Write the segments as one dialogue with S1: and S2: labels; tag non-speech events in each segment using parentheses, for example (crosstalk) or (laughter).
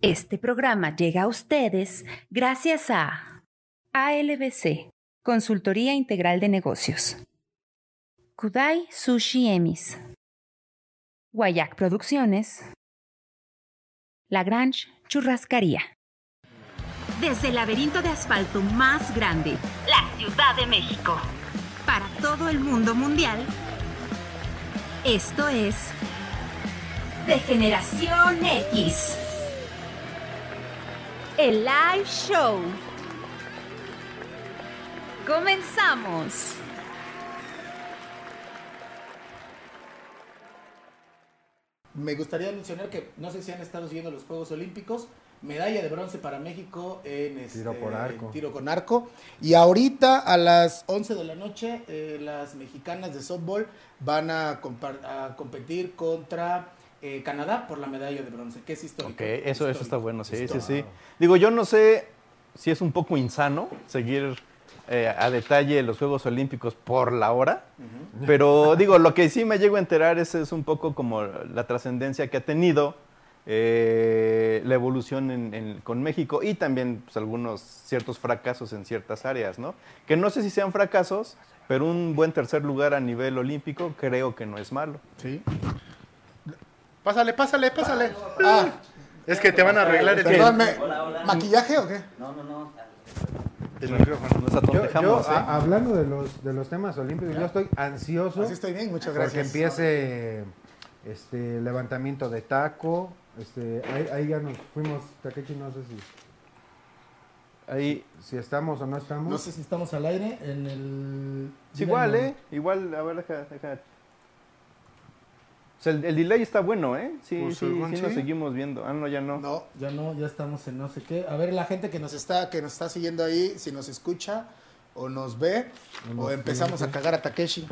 S1: Este programa llega a ustedes gracias a ALBC, Consultoría Integral de Negocios. Kudai Sushi Emis. Guayac Producciones. Lagrange Churrascaría.
S2: Desde el laberinto de asfalto más grande, la Ciudad de México. Para todo el mundo mundial, esto es De Generación X. El live show. Comenzamos.
S3: Me gustaría mencionar que no sé si han estado siguiendo los Juegos Olímpicos. Medalla de bronce para México en este,
S4: Tiro con arco.
S3: en tiro con arco. Y ahorita a las 11 de la noche, eh, las mexicanas de softball van a, compar- a competir contra eh, Canadá por la medalla de bronce, que es histórico.
S4: (laughs)
S5: Ok, eso, eso está
S3: Histórico.
S5: bueno, sí, sí,
S3: Histórico.
S5: sí. Digo, yo no sé si es un poco insano seguir eh, a detalle los Juegos Olímpicos por la hora,
S4: (laughs)
S5: pero digo, lo que sí me llego a enterar es, es un poco como la trascendencia que ha tenido eh, la evolución en- en- con México y también pues, algunos ciertos fracasos en ciertas áreas, ¿no? Que no sé si sean fracasos, pero un buen tercer lugar a nivel olímpico creo que no es malo.
S4: Sí.
S6: Pásale, pásale, pásale.
S3: Ah,
S6: Es que te van a arreglar el,
S3: perdón, me- ¿maquillaje o qué?
S6: el micrófono.
S5: Nos
S4: Yo, ah, yo,
S5: atontejamos, ¿eh?
S4: a- hablando de los, de los temas olímpicos, yo estoy ansioso
S3: Así estoy bien, muchas
S4: porque
S3: gracias.
S4: empiece este levantamiento de taco. Este, ahí, ahí ya nos fuimos, Takechi, no sé si,
S5: Ahí,
S4: si estamos o no estamos.
S3: No sé si estamos al aire en el...
S5: Es igual,
S3: Miren,
S5: ¿eh? Igual, a ver, deja. deja. O sea, el, el delay está bueno, ¿eh? Sí,
S6: Pues,
S5: sí,
S6: según
S5: sí, nos
S6: sí.
S5: seguimos viendo. Ah, no, ya no.
S3: No, ya no, ya estamos en no sé qué. A ver, la gente que nos está, que nos está siguiendo ahí, si nos escucha o nos ve, o empezamos a cagar a Takeshi.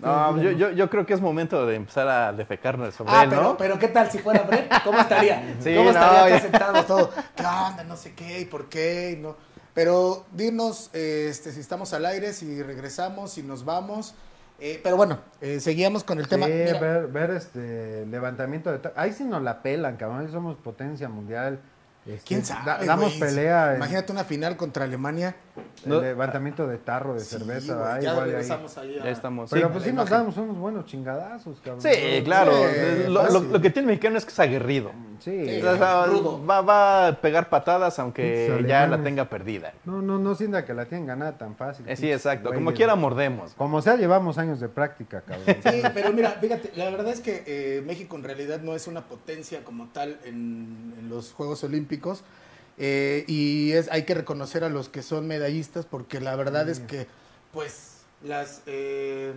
S5: No, pues yo, yo, yo creo que es momento de empezar a defecarnos sobre
S3: Ah,
S5: él,
S3: pero,
S5: ¿no?
S3: pero ¿qué tal si fuera Brett? ¿Cómo estaría?
S5: Sí,
S3: ¿Cómo estaría
S5: no,
S3: acá
S5: ya.
S3: sentados todos? ¿Qué onda? No sé qué, ¿y por qué? y No. Pero dinos eh, este, si estamos al aire, si regresamos, si nos vamos. Eh, pero bueno, eh, seguíamos con el
S4: Sí,
S3: tema. Mira,
S4: ver, ver este levantamiento de taco. Ahí sí nos la pelan, cabrón. Ahí somos potencia mundial. Este,
S3: ¿Quién
S4: da-
S3: sabe?
S4: damos
S3: güey?
S4: pelea. eh. en
S3: Imagínate una final contra Alemania.
S4: el
S5: No.
S4: levantamiento de tarro de
S3: Sí,
S4: cerveza.
S3: güey,
S4: ah,
S3: ya
S4: igual ahí.
S3: regresamos ahí. a-
S5: Ya estamos.
S4: Pero
S5: sí.
S4: pues
S3: la
S4: sí nos
S3: imagen.
S4: damos unos buenos chingadazos, cabrón.
S5: Sí, claro.
S3: Eh,
S5: lo, lo-
S3: fácil.
S5: lo que tiene el mexicano es que es aguerrido.
S4: Sí.
S3: Sí.
S5: O sea,
S3: Rudo.
S5: va, va a pegar patadas aunque
S4: Pinches
S5: ya la
S4: alemanes.
S5: tenga perdida.
S4: No, no, no sienta que la tienen ganada tan fácil.
S5: Eh, sí,
S4: pinches
S5: exacto. Como
S4: güeyes.
S5: quiera mordemos.
S4: Como sea, llevamos años de práctica, cabrón.
S5: (laughs)
S3: Sí, pero mira, fíjate, la verdad es que eh, México en realidad no es una potencia como tal en, en los Juegos Olímpicos. eh, y es, hay que reconocer a los que son medallistas porque la verdad es que, pues, las, eh,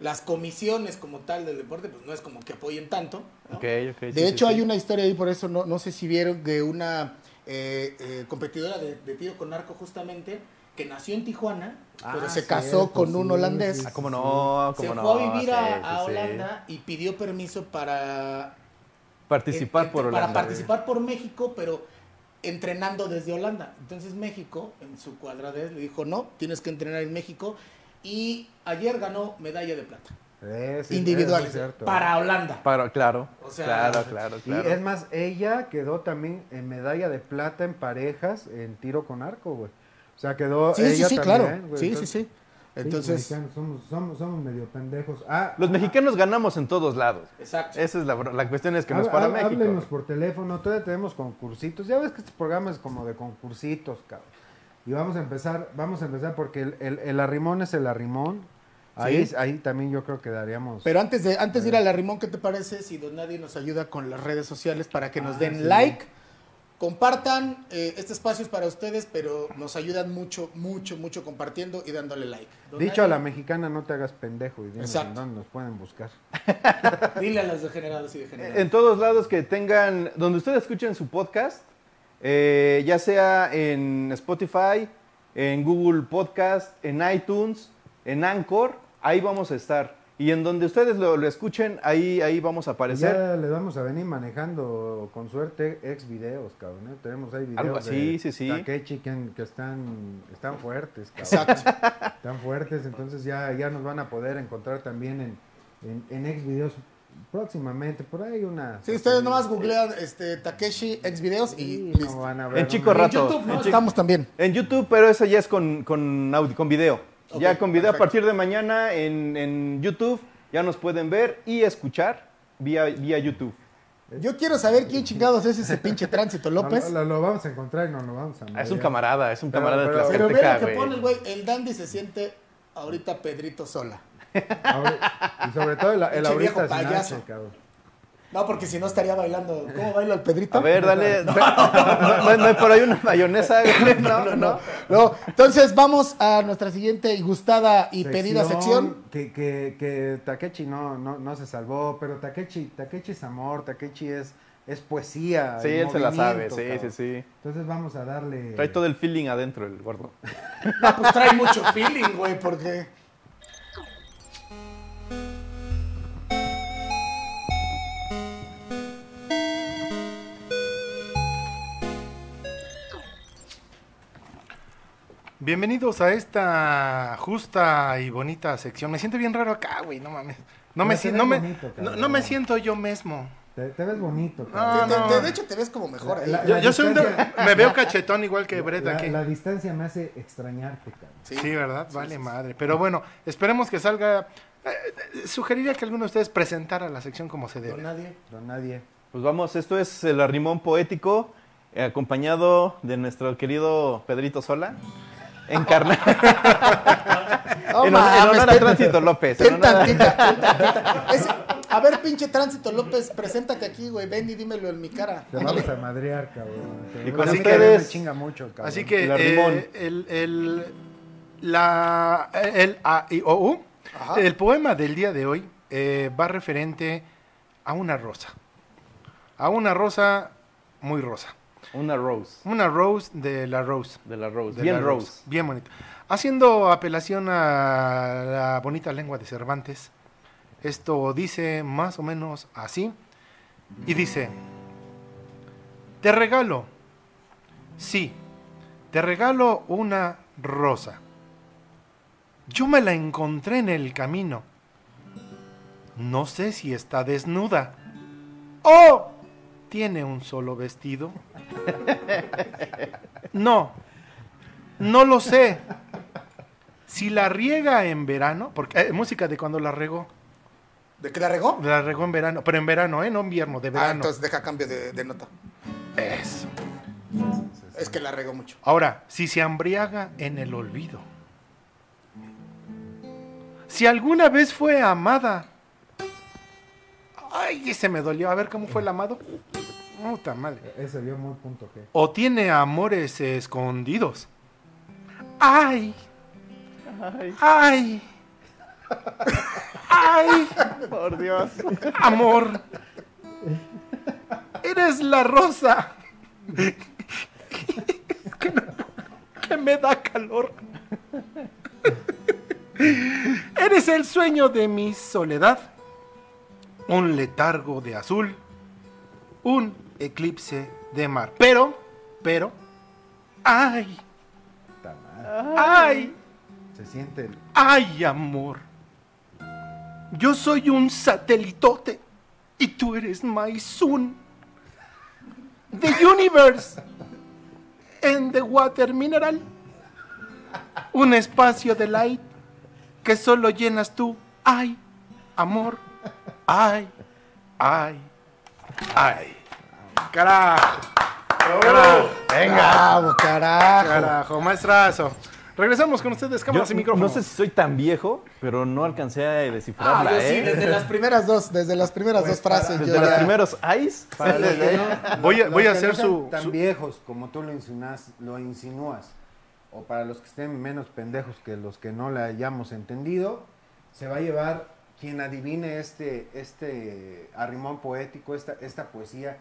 S3: las comisiones como tal del deporte, pues no es como que apoyen tanto. ¿no?
S5: Ok, ok, sí,
S3: De
S5: sí,
S3: hecho,
S5: sí.
S3: hay una historia ahí, por eso no, no sé si vieron, de una eh, eh, competidora de, de tiro con arco justamente, que nació en Tijuana,
S4: Ah,
S3: pero se
S4: cierto,
S3: casó con un
S4: sí,
S3: holandés.
S4: sí,
S5: Ah, cómo no,
S3: Se
S5: cómo no.
S3: fue a vivir a,
S5: sí, sí,
S3: a
S5: sí.
S3: Holanda y pidió permiso para
S5: Participar
S3: en- en-
S5: por Holanda.
S3: Este, Para participar por México, pero entrenando desde Holanda. Entonces México, en su cuadradez, le dijo, no, tienes que entrenar en México. Y ayer ganó medalla de plata,
S4: Eh, sí,
S3: individuales,
S4: es cierto.
S3: para Holanda.
S5: Para- claro,
S3: O sea,
S5: claro, claro,
S4: Y
S5: claro.
S4: es más, ella quedó también en medalla de plata en parejas en tiro con arco, güey. O sea, quedó.
S3: sí, sí,
S4: ella
S3: sí,
S4: también,
S3: claro.
S4: güey.
S3: sí, sí,
S4: Entonces-
S3: sí.
S4: Sí,
S3: Entonces,
S4: mexicanos, somos, somos, somos medio pendejos. Ah,
S5: Los mexicanos ganamos en todos lados.
S3: exacto.
S5: Esa es la, bro- la cuestión es que no es
S4: Hab-
S5: para
S4: hab- Háblenos
S5: México.
S4: por teléfono, todavía tenemos concursitos. Ya ves que este programa es como de concursitos, cabrón. Y vamos a empezar, vamos a empezar porque el, el- el arrimón es el arrimón. Ahí,
S3: Sí.
S4: ahí también yo creo que daríamos.
S3: Pero antes de, antes de ir a la Rimón, ¿qué te parece si Don Nadie nos ayuda con las redes sociales para que nos
S4: Ah,
S3: den
S4: sí.
S3: like? Compartan, eh, este espacio es para ustedes, pero nos ayudan mucho, mucho, mucho compartiendo y dándole like. Don
S4: Dicho a la
S3: Nadie,
S4: mexicana, no te hagas pendejo y dinos
S3: Exacto.
S4: en dónde nos pueden buscar.
S3: Dile a los degenerados y degeneradas.
S5: Eh, En todos lados que tengan, donde ustedes escuchen su podcast, eh, ya sea en Spotify, en Google Podcast, en iTunes, en Anchor, ahí vamos a estar. Y en donde ustedes lo, lo escuchen, ahí, ahí vamos a aparecer.
S4: Ya le vamos a venir manejando con suerte ex videos, cabrón. ¿eh? Tenemos ahí videos
S5: Algo así,
S4: de
S5: sí, sí.
S4: Takechi que, que están, están fuertes, cabrón.
S3: Exacto.
S4: tan fuertes, entonces ya, ya nos van a poder encontrar también en, en, en Xvideos próximamente, por ahí una...
S3: Sí, ustedes nomás googlean este, Takeshi Xvideos y
S4: Sí,
S3: listo.
S4: no van a ver
S5: En
S4: una-
S5: Chico Rato.
S3: YouTube, ¿no?
S5: en, Chi-
S3: Estamos también.
S5: en YouTube, pero eso ya es con, con audio, con video.
S3: Ok,
S5: ya con video
S3: perfecto.
S5: a partir de mañana en, en YouTube ya nos pueden ver y escuchar vía, vía YouTube.
S3: Yo quiero saber quién chingados es ese pinche Tránsito
S4: No,
S3: López.
S4: Lo, lo vamos a encontrar y no lo vamos a
S5: Ah, es un
S4: madrear.
S5: camarada, es un
S4: Pero-
S5: camarada
S4: pero-
S5: de
S3: Pero ve
S5: Tlaxcalteca,
S3: lo que
S5: güey.
S3: pone el güey. El Dandy se siente ahorita Pedrito Sola.
S4: Ahora- Y sobre todo el, el
S3: Pinche
S4: ahorita
S3: viejo
S4: sin
S3: payaso.
S4: H, cabrón.
S3: No, porque si no estaría bailando. ¿Cómo baila el Pedrito?
S5: A
S3: (laughs)
S5: ver, dale. No, no, no hay por ahí una mayonesa, güey. No, no, no.
S3: No, entonces vamos a nuestra siguiente y gustada y pedida sección.
S4: Que, que, que Takechi no, no, no se salvó, pero Takechi, Takechi es amor, Takechi es, es poesía.
S5: Sí,
S4: es
S5: él se la sabe,
S4: movimiento,
S5: sí,
S4: cabrón.
S5: sí, sí.
S4: Entonces vamos a darle...
S5: Trae todo el feeling adentro, el gordo.
S3: No, pues trae mucho feeling, güey, porque.
S6: Bienvenidos a esta justa y bonita sección. Me siento bien raro acá, güey, no mames. No me,
S4: Pero te
S6: si-
S4: ves
S6: no, me,
S4: bonito,
S6: no-
S4: cabrón.
S6: no me siento yo mismo.
S4: Te, te ves bonito,
S6: No,
S5: Ah,
S4: cabrón.
S3: Te-
S6: no.
S3: te- de hecho, te ves como mejor ¿eh? ahí.
S4: La-
S6: Yo, yo soy un... de-
S4: distancia-
S6: Me veo cachetón igual que Brett
S4: la,
S6: aquí.
S4: la distancia me hace extrañarte, cabrón.
S6: Sí, ¿verdad? Vale madre. Pero bueno, esperemos que salga... eh, eh, sugeriría que alguno de ustedes presentara la sección como se
S3: Pero
S6: debe.
S3: nadie.
S4: Pero nadie...
S5: Pues vamos, esto es el arrimón poético, eh, acompañado de nuestro querido Pedrito Sola. Encarna.
S3: (laughs) No
S5: en, hon- en honor a
S3: ten-
S5: Tránsito López. en
S3: ten
S5: honor a-
S3: tantita, ten tantita. Es- a ver, pinche Tránsito López, preséntate aquí, güey. Ven y dímelo en mi cara.
S4: Te vamos a madrear, cabrón. Te-
S5: Y con
S4: bueno,
S5: ustedes-
S4: me chinga mucho, cabrón.
S6: Así que...
S5: El
S6: eh,
S5: arrimón.
S6: el, el- la, el A I O U.
S3: Ajá.
S6: El poema del día de hoy eh, va referente a una rosa. A una rosa muy rosa.
S5: Una Rose.
S6: Una rose de la rose.
S5: De la Rose.
S6: de
S5: Bien
S6: la
S5: Rose.
S6: Bien bonito. Haciendo apelación a la bonita lengua de Cervantes, esto dice más o menos así. Y dice, te regalo, sí, te regalo una rosa. Yo me la encontré en el camino. No sé si está desnuda. ¡Oh! ¿Tiene un solo
S5: (laughs)
S6: vestido? No, no lo sé. Si la riega en verano, porque eh, música de cuando la regó,
S3: ¿De qué la regó?
S6: la regó en verano, pero en verano, ¿eh? No invierno, de
S3: Ah,
S6: verano.
S3: entonces deja cambio de, de nota.
S6: Eso.
S3: Es que la regó mucho.
S6: Ahora, si se embriaga en el olvido. Si alguna vez fue amada. Ay, ese me dolió. A ver cómo fue el amado. Puta madre.
S4: Ese vio muy punto G.
S6: o tiene amores escondidos. ¡Ay! ¡Ay! ¡Ay!
S5: Por Dios.
S6: ¡Amor! ¡Eres la rosa! que no- que me da calor. Eres el sueño de mi soledad. Un letargo de azul. Un eclipse de mar. Pero, pero... ¡Ay!
S4: Puta madre.
S6: ¡Ay!
S4: Se siente el...
S6: ¡Ay, amor! Yo soy un satelitote y tú eres my sun. The universe and the water mineral. Un espacio de light que solo llenas tú. ¡Ay, amor! ¡Ay, ay, ay! ¡Carajo! ¡Carajo!
S3: Bravo, carajo.
S6: ¡Carajo, maestrazo! Regresamos con ustedes, cámaras
S5: Yo
S6: y micrófonos.
S5: no sé si soy tan viejo, pero no alcancé a
S3: Ah,
S5: descifrarla,
S3: yo sí,
S5: ¿eh?
S3: desde las primeras dos, desde las primeras dos frases.
S5: Pues, Desde
S3: yo
S5: los
S3: ya-
S5: primeros Ice.
S4: Para los que no-
S6: Voy a-
S4: los
S6: voy a
S4: que
S6: hacer
S4: no sean
S6: su-
S4: Tan
S6: su-
S4: viejos como tú lo insinúas, lo insinúas. O para los que estén menos pendejos que los que no la hayamos entendido, se va a llevar quien adivine este, este arrimón poético, esta, esta poesía,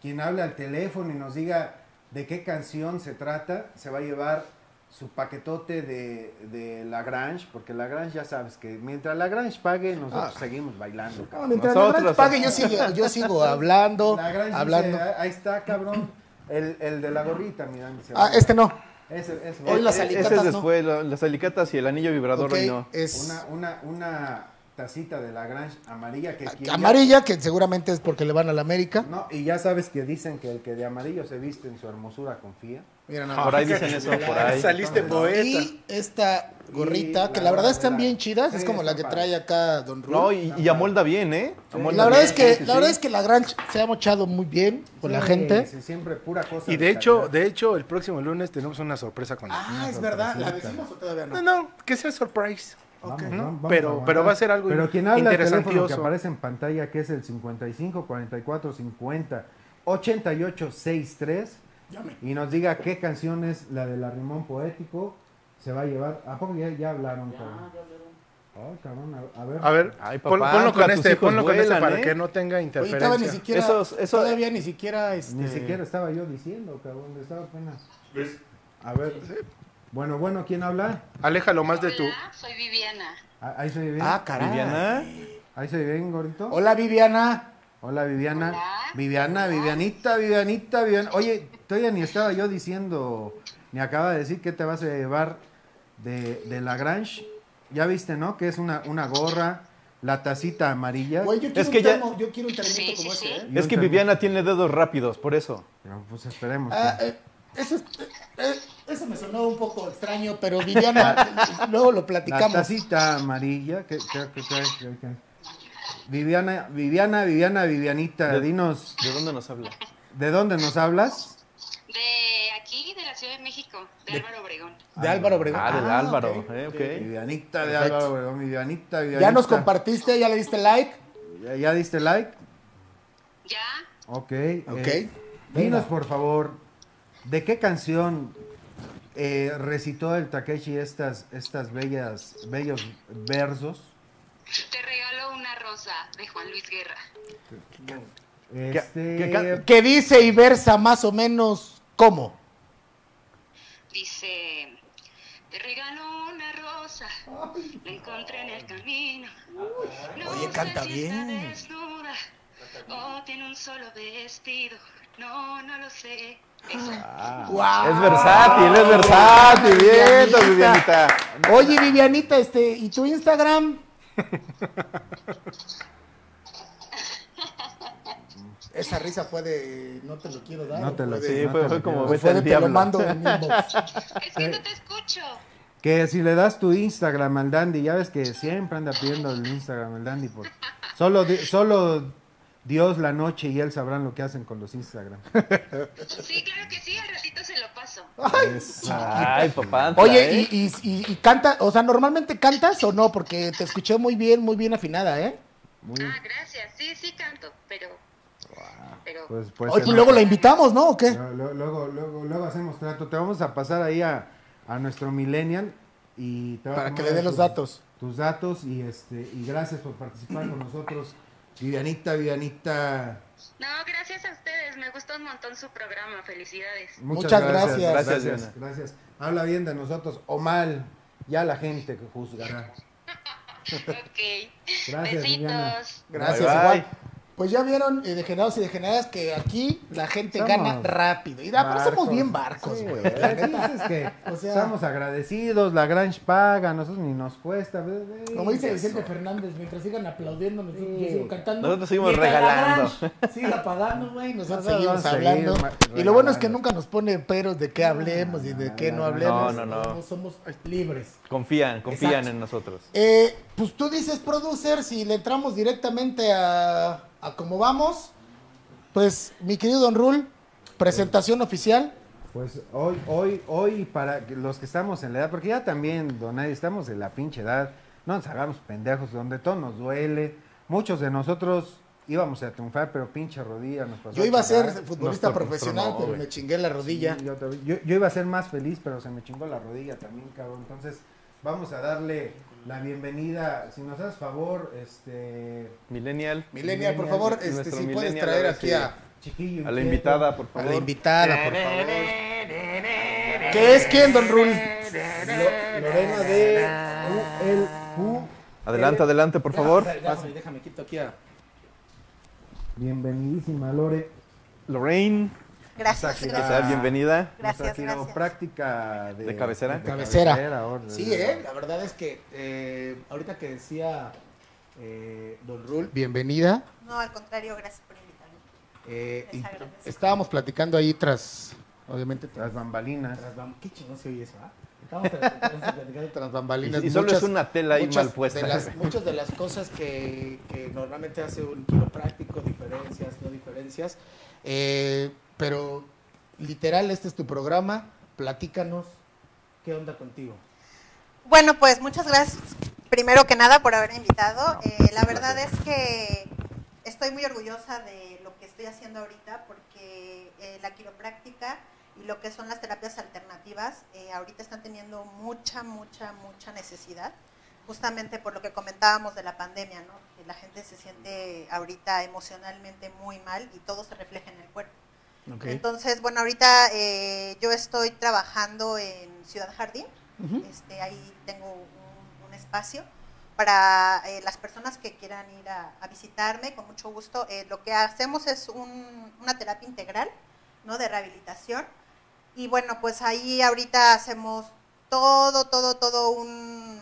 S4: quien hable al teléfono y nos diga de qué canción se trata, se va a llevar su paquetote de, de Lagrange, porque Lagrange ya sabes que mientras Lagrange pague,
S6: Ah.
S4: nosotros seguimos bailando.
S3: No,
S4: cabrón.
S3: mientras
S5: Nosotros
S3: Lagrange
S5: somos-
S3: pague, yo sigo, yo sigo hablando,
S4: La gran dice,
S3: hablando.
S4: "Ah, ahí está, cabrón. El, el de la gorrita, mira. dice,
S3: Ah, este no.
S4: Ese, ese.
S3: Hoy las
S5: e-, Ese
S3: alicatas
S5: es
S3: no.
S5: después, la- las alicatas y el anillo vibrador
S3: Ok, Eh,
S5: hoy no.
S3: es
S4: Una, una, una, tacita de Lagrange amarilla que quien ya-
S3: Amarilla, que seguramente es porque le van a la América.
S4: no, y ya sabes que dicen que el que de amarillo se viste en su hermosura confía.
S3: Mira nada
S5: Ah, Por ahí
S3: más.
S5: dicen eso, por ahí.
S7: Saliste poeta.
S3: Y esta gorrita,
S4: Y
S3: que la
S4: la
S3: verdad están
S4: gorra.
S3: bien chidas, es
S4: Sí,
S3: como la que
S4: están
S3: trae acá Don Ru.
S5: No, y, y amolda bien, ¿eh? Amolda
S3: la verdad
S5: bien.
S3: es que
S4: sí,
S3: la
S4: sí.
S3: verdad es que la Grange se ha mochado muy bien con la
S4: Sí,
S3: gente.
S4: sí, siempre pura cosa.
S6: Y de hecho,
S4: calidad.
S6: de hecho, el próximo lunes tenemos una sorpresa con él.
S3: Ah, es verdad, la decimos o todavía
S6: No, no, que sea surprise.
S4: Vamos,
S6: ¿no?
S4: vamos, vamos
S6: Pero-
S4: aguantar.
S6: pero va a ser algo
S4: Pero quien habla al teléfono que
S6: interesantioso.
S4: aparece en pantalla, que es el 55 44 50 88 63, y nos diga qué canción es la de la Rimón Poético, se va a llevar. ¿A poco ya, ya hablaron? cabrón? Ay, cabrón, a, a ver.
S6: A ver,
S5: Ay,
S6: pon-
S5: papá,
S6: ponlo con
S5: tus
S6: este,
S5: hijos
S6: ponlo con este
S5: vuelan,
S6: para
S5: ¿eh?
S6: que no tenga
S3: Oye, estaba ni
S6: interferencia.
S3: siquiera,
S5: Esos- eso-
S3: todavía ni siquiera, este,
S4: Ni siquiera estaba yo diciendo, cabrón, estaba apenas. A ver. Bueno, bueno, ¿quién habla?
S6: Aléjalo más de tu.
S8: soy Viviana.
S4: Ah, Ahí se ve bien.
S3: Ah, caray.
S5: Viviana.
S4: Ahí se ve bien, gordito.
S3: Hola, Viviana.
S4: Hola Viviana.
S8: Hola.
S4: Viviana, Vivianita, Vivianita, Viviana. Oye, todavía ni estaba yo diciendo, ni acaba de decir que te vas a llevar de, de Lagrange. Ya viste, ¿no? Que es una, una gorra, la tacita amarilla.
S3: Güey, yo quiero
S5: Es que
S3: un
S5: ya-
S3: termo, yo quiero un termito
S8: Sí, sí,
S3: como
S8: sí.
S3: ese, ¿eh?
S5: Es que Viviana tiene dedos rápidos, por eso.
S4: Pero, pues esperemos.
S3: Ah,
S4: que-
S3: eh, eso, es- eh, eso me sonó un poco extraño, pero Viviana, (laughs) luego lo
S4: la
S3: platicamos.
S4: tacita amarilla. que- que- que- que- que- Viviana, Viviana, Viviana, Vivianita,
S5: De-
S4: dinos,
S5: ¿De dónde nos habla?
S4: ¿de dónde nos hablas?
S8: De Eh, aquí, de la Ciudad de México, de Álvaro Obregón.
S3: De Álvaro Obregón.
S5: Ah, del
S3: Ah,
S5: Álvaro.
S3: ok.
S5: eh, ok.
S4: Vivianita de
S3: Perfecto.
S4: Álvaro, Obregón, Vivianita, Vivianita.
S3: Ya nos compartiste, ya le diste like.
S4: ¿Ya- ya diste like?
S8: Ya,
S4: Ok.
S3: Ok.
S4: eh,
S3: Venga.
S4: dinos, por favor, ¿de qué canción eh, recitó el Takeshi estas, estas bellas, bellos versos?
S8: te regalo una rosa de Juan Luis Guerra.
S4: Este,
S5: qué ca-
S3: Que dice y versa más o menos cómo.
S8: Dice, te regalo una rosa, la encontré en el camino. No
S7: Oye, canta
S8: si está
S7: bien.
S8: desnuda o tiene un solo vestido. No, no lo sé. Eso.
S7: Ah.
S5: Es versátil, es
S3: Ah,
S5: versátil. Bien, Vivianita.
S3: Oye, Vivianita, este, ¿y tu Instagram? Esa risa fue de no te lo quiero dar.
S4: No te lo-
S3: fue
S5: Sí,
S3: de-
S4: No te
S5: fue, fue
S4: lo
S5: como
S4: creo.
S3: fue
S5: vete
S3: de
S5: al
S3: te lo
S5: diablo.
S3: mando en inbox.
S8: Es que no te escucho.
S4: que si le das tu Instagram al Dandy, ya ves que siempre anda pidiendo el Instagram al Dandy. Por, solo, di- solo Dios, la noche y él sabrán lo que hacen con los Instagram.
S8: Sí, claro que sí, al ratito se lo paso.
S7: Ah.
S4: Esa-
S5: Ay, papá.
S3: Oye, y, y, y- y canta, o sea, ¿normalmente cantas o no? Porque te escuché muy bien, muy bien afinada, ¿eh?
S4: muy-
S8: Ah, gracias. Sí, sí canto, pero... Pero...
S4: pues, pues,
S3: Oye,
S4: se
S3: luego
S4: nota.
S3: la invitamos, ¿no? ¿O qué?
S4: Lo- lo- Luego, luego, luego hacemos trato. Te vamos a pasar ahí a, a nuestro millennial y te va a
S3: Para que
S4: tomar
S3: le dé los
S4: tus-
S3: datos.
S4: Tus datos y este y gracias por participar con nosotros. Vivianita, Vivianita,
S7: Pues
S8: No, gracias a ustedes. Me gusta un montón su programa.
S7: (laughs)
S8: Felicidades.
S4: muchas,
S3: Muchas
S4: gracias.
S3: gracias.
S5: Gracias,
S4: gracias,
S5: Viviana.
S4: gracias. Habla bien de nosotros o mal, ya la gente que juzgará.
S8: Ok.
S4: Gracias, Viviana.
S8: Besitos.
S3: Gracias,
S5: Bye, bye.
S3: igual. Pues ya vieron, eh, degenerados y degeneradas, que aquí la gente
S4: Somos
S3: gana rápido. Y aparte somos
S4: Barcos.
S3: bien barcos,
S4: Sí,
S3: güey.
S4: la neta
S3: (laughs)
S4: es que
S3: O sea-
S4: estamos agradecidos, la Grange paga, a nosotros ni nos cuesta. ve- ve-
S3: Como dice Vicente Fernández, mientras sigan aplaudiendo, nosotros yo sigo cantando.
S5: Nosotros seguimos
S3: Mientras la
S5: regalando.
S3: Grange Siga pagando, güey. Nosotros
S4: Nosotros
S3: seguimos
S4: vamos a seguir
S3: hablando.
S4: ma-
S3: Y lo bueno es que
S4: regalando.
S3: nunca nos pone peros de qué hablemos y de qué no hablemos.
S5: no, no.
S3: Nosotros Somos libres.
S5: Confían, confían
S3: Exacto.
S5: en nosotros.
S3: Eh, pues tú dices, producer, si le entramos directamente a, a cómo vamos, pues mi querido Don Rul, presentación oficial.
S4: Pues hoy, hoy, hoy, para que los que estamos en la edad, porque ya también, don Eddie, estamos en la pinche edad, no nos hagamos pendejos, donde todo nos duele. Muchos de nosotros íbamos a triunfar, pero pinche rodilla nos pasó.
S3: Yo iba a ser
S4: chingar.
S3: futbolista
S5: Nos tronó,
S3: profesional, pero
S5: güey.
S3: me chingué la rodilla.
S4: Sí, yo, también. Yo- yo iba a ser más feliz, pero se me chingó la rodilla también, cabrón. Entonces, vamos a darle la bienvenida, si nos das favor, este.
S5: Millennial.
S3: Milenia, por
S4: Millennial,
S3: favor,
S5: nuestro
S3: este, si Eh, puedes
S5: millennial,
S3: traer
S5: ahora
S3: aquí
S5: sí.
S3: a,
S4: Chiquillo.
S5: A la
S4: inquieto.
S5: invitada, por
S3: a la
S5: favor.
S3: invitada, por favor. ¿Qué es quién, Don Rul?
S4: Lo- Lorena de ULQ.
S5: Adelante, adelante, por favor.
S3: Déjame, déjame, quito aquí a...
S4: Bienvenidísima, Lore.
S5: Lorraine,
S9: Gracias,
S4: Exacto.
S5: que
S9: gracias.
S5: sea
S3: Ah.
S5: bienvenida.
S9: Gracias,
S4: Nuestra
S9: gracias.
S4: práctica de,
S5: ¿De cabecera?
S3: Cabecera.
S4: ahora.
S3: Sí, ¿eh? La verdad es que eh, ahorita que eh, decía
S7: eh,
S3: Don Rul, bienvenida.
S9: No, al contrario, gracias por invitarme.
S3: Eh,
S9: Les
S3: y
S9: agradezco.
S3: estábamos platicando ahí tras, obviamente, tras,
S4: Las bambalinas.
S3: tras bam- Qué chingón se oye eso, ¿ah? Estábamos tras- tras- platicando tras bambalinas.
S5: Y- y solo es una tela ahí mal puesta.
S3: De las, muchas de las cosas que, que normalmente hace un quiropráctico, diferencias, no diferencias. eh, pero literal, este es tu programa. Platícanos qué onda contigo.
S9: Bueno, pues muchas gracias primero que nada por haber invitado. Eh, la verdad es que estoy muy orgullosa de lo que estoy haciendo ahorita porque eh, la quiropráctica y lo que son las terapias alternativas eh, ahorita están teniendo mucha, mucha, mucha necesidad, justamente por lo que comentábamos de la pandemia, ¿no? Que la gente se siente ahorita emocionalmente muy mal y todo se refleja en el cuerpo. Entonces, bueno, ahorita eh, yo estoy trabajando en Ciudad Jardín. Este, ahí tengo un, un espacio para eh, las personas que quieran ir a, a visitarme, con mucho gusto. Eh, lo que hacemos es un- una terapia integral, ¿no? De rehabilitación. Y bueno, pues ahí ahorita hacemos todo, todo, todo un mm,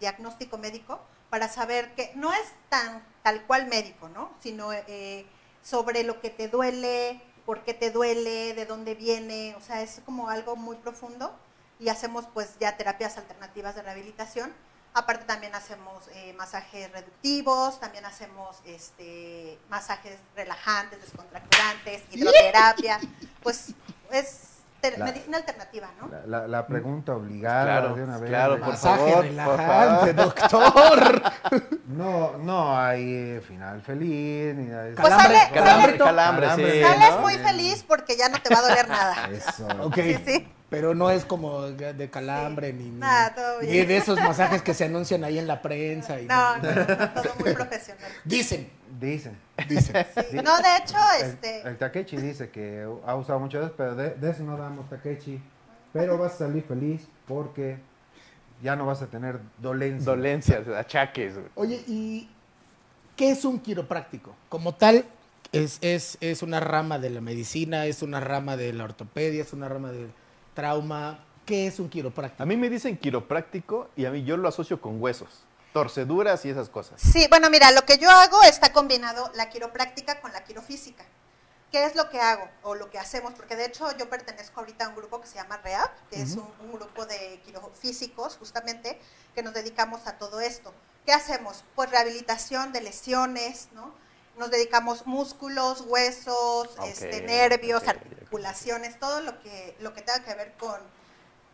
S9: diagnóstico médico para saber que no es tan tal cual médico, ¿no? Sino eh, sobre lo que te duele, por qué te duele, de dónde viene, o sea, es como algo muy profundo y hacemos pues ya terapias alternativas de rehabilitación. Aparte también hacemos eh, masajes reductivos, también hacemos este, masajes relajantes, descontracturantes, hidroterapia, pues es ter-
S4: La-
S9: medicina alternativa, ¿no?
S4: La, la- la pregunta obligada
S5: Claro,
S4: de una vez.
S5: claro,
S4: güey.
S5: por
S3: Masaje
S5: favor,
S3: relajante, doctor.
S4: No, no hay eh, final feliz ni nada de eso.
S9: Pues Calambre, sale-
S5: (laughs) Calambre,
S9: Calambrito.
S5: calambre, sí.
S4: Calambre.
S9: Sales
S5: ¿no?
S9: muy feliz porque ya no te va a doler (laughs) nada.
S4: Eso.
S3: (laughs) Ok.
S9: Eh, Sí, sí.
S3: Pero no es como de calambre ni, ni-
S9: Nada, todo
S3: ni
S9: bien.
S3: de esos masajes que se anuncian ahí en la prensa. Y
S9: No, no, no, todo muy profesional.
S3: Dicen,
S4: Dicen.
S3: dicen.
S9: Sí. No, de hecho,
S4: El,
S9: este,
S4: el Takechi dice que ha usado muchas veces, pero de, de eso no damos Takechi. Pero vas a salir feliz porque ya no vas a tener dolencia.
S5: Dolencias, achaques. güey.
S3: Oye, ¿y qué es un quiropráctico? Como tal, es, es, es una rama de la medicina, es una rama de la ortopedia, es una rama del trauma. ¿Qué es un quiropráctico?
S5: A mí me dicen quiropráctico y a mí yo lo asocio con huesos, torceduras y esas cosas.
S9: sí, bueno, mira, lo que yo hago está combinado la quiropráctica con la quirofísica. ¿Qué es lo que hago o lo que hacemos? Porque de hecho yo pertenezco ahorita a un grupo que se llama REAP, que es un, un grupo de quirofísicos justamente que nos dedicamos a todo esto. ¿Qué hacemos? Pues rehabilitación de lesiones, ¿no? Nos dedicamos músculos, huesos,
S5: Ok,
S9: este, nervios,
S5: ok, ok.
S9: articulaciones, todo lo que, lo que tenga que ver con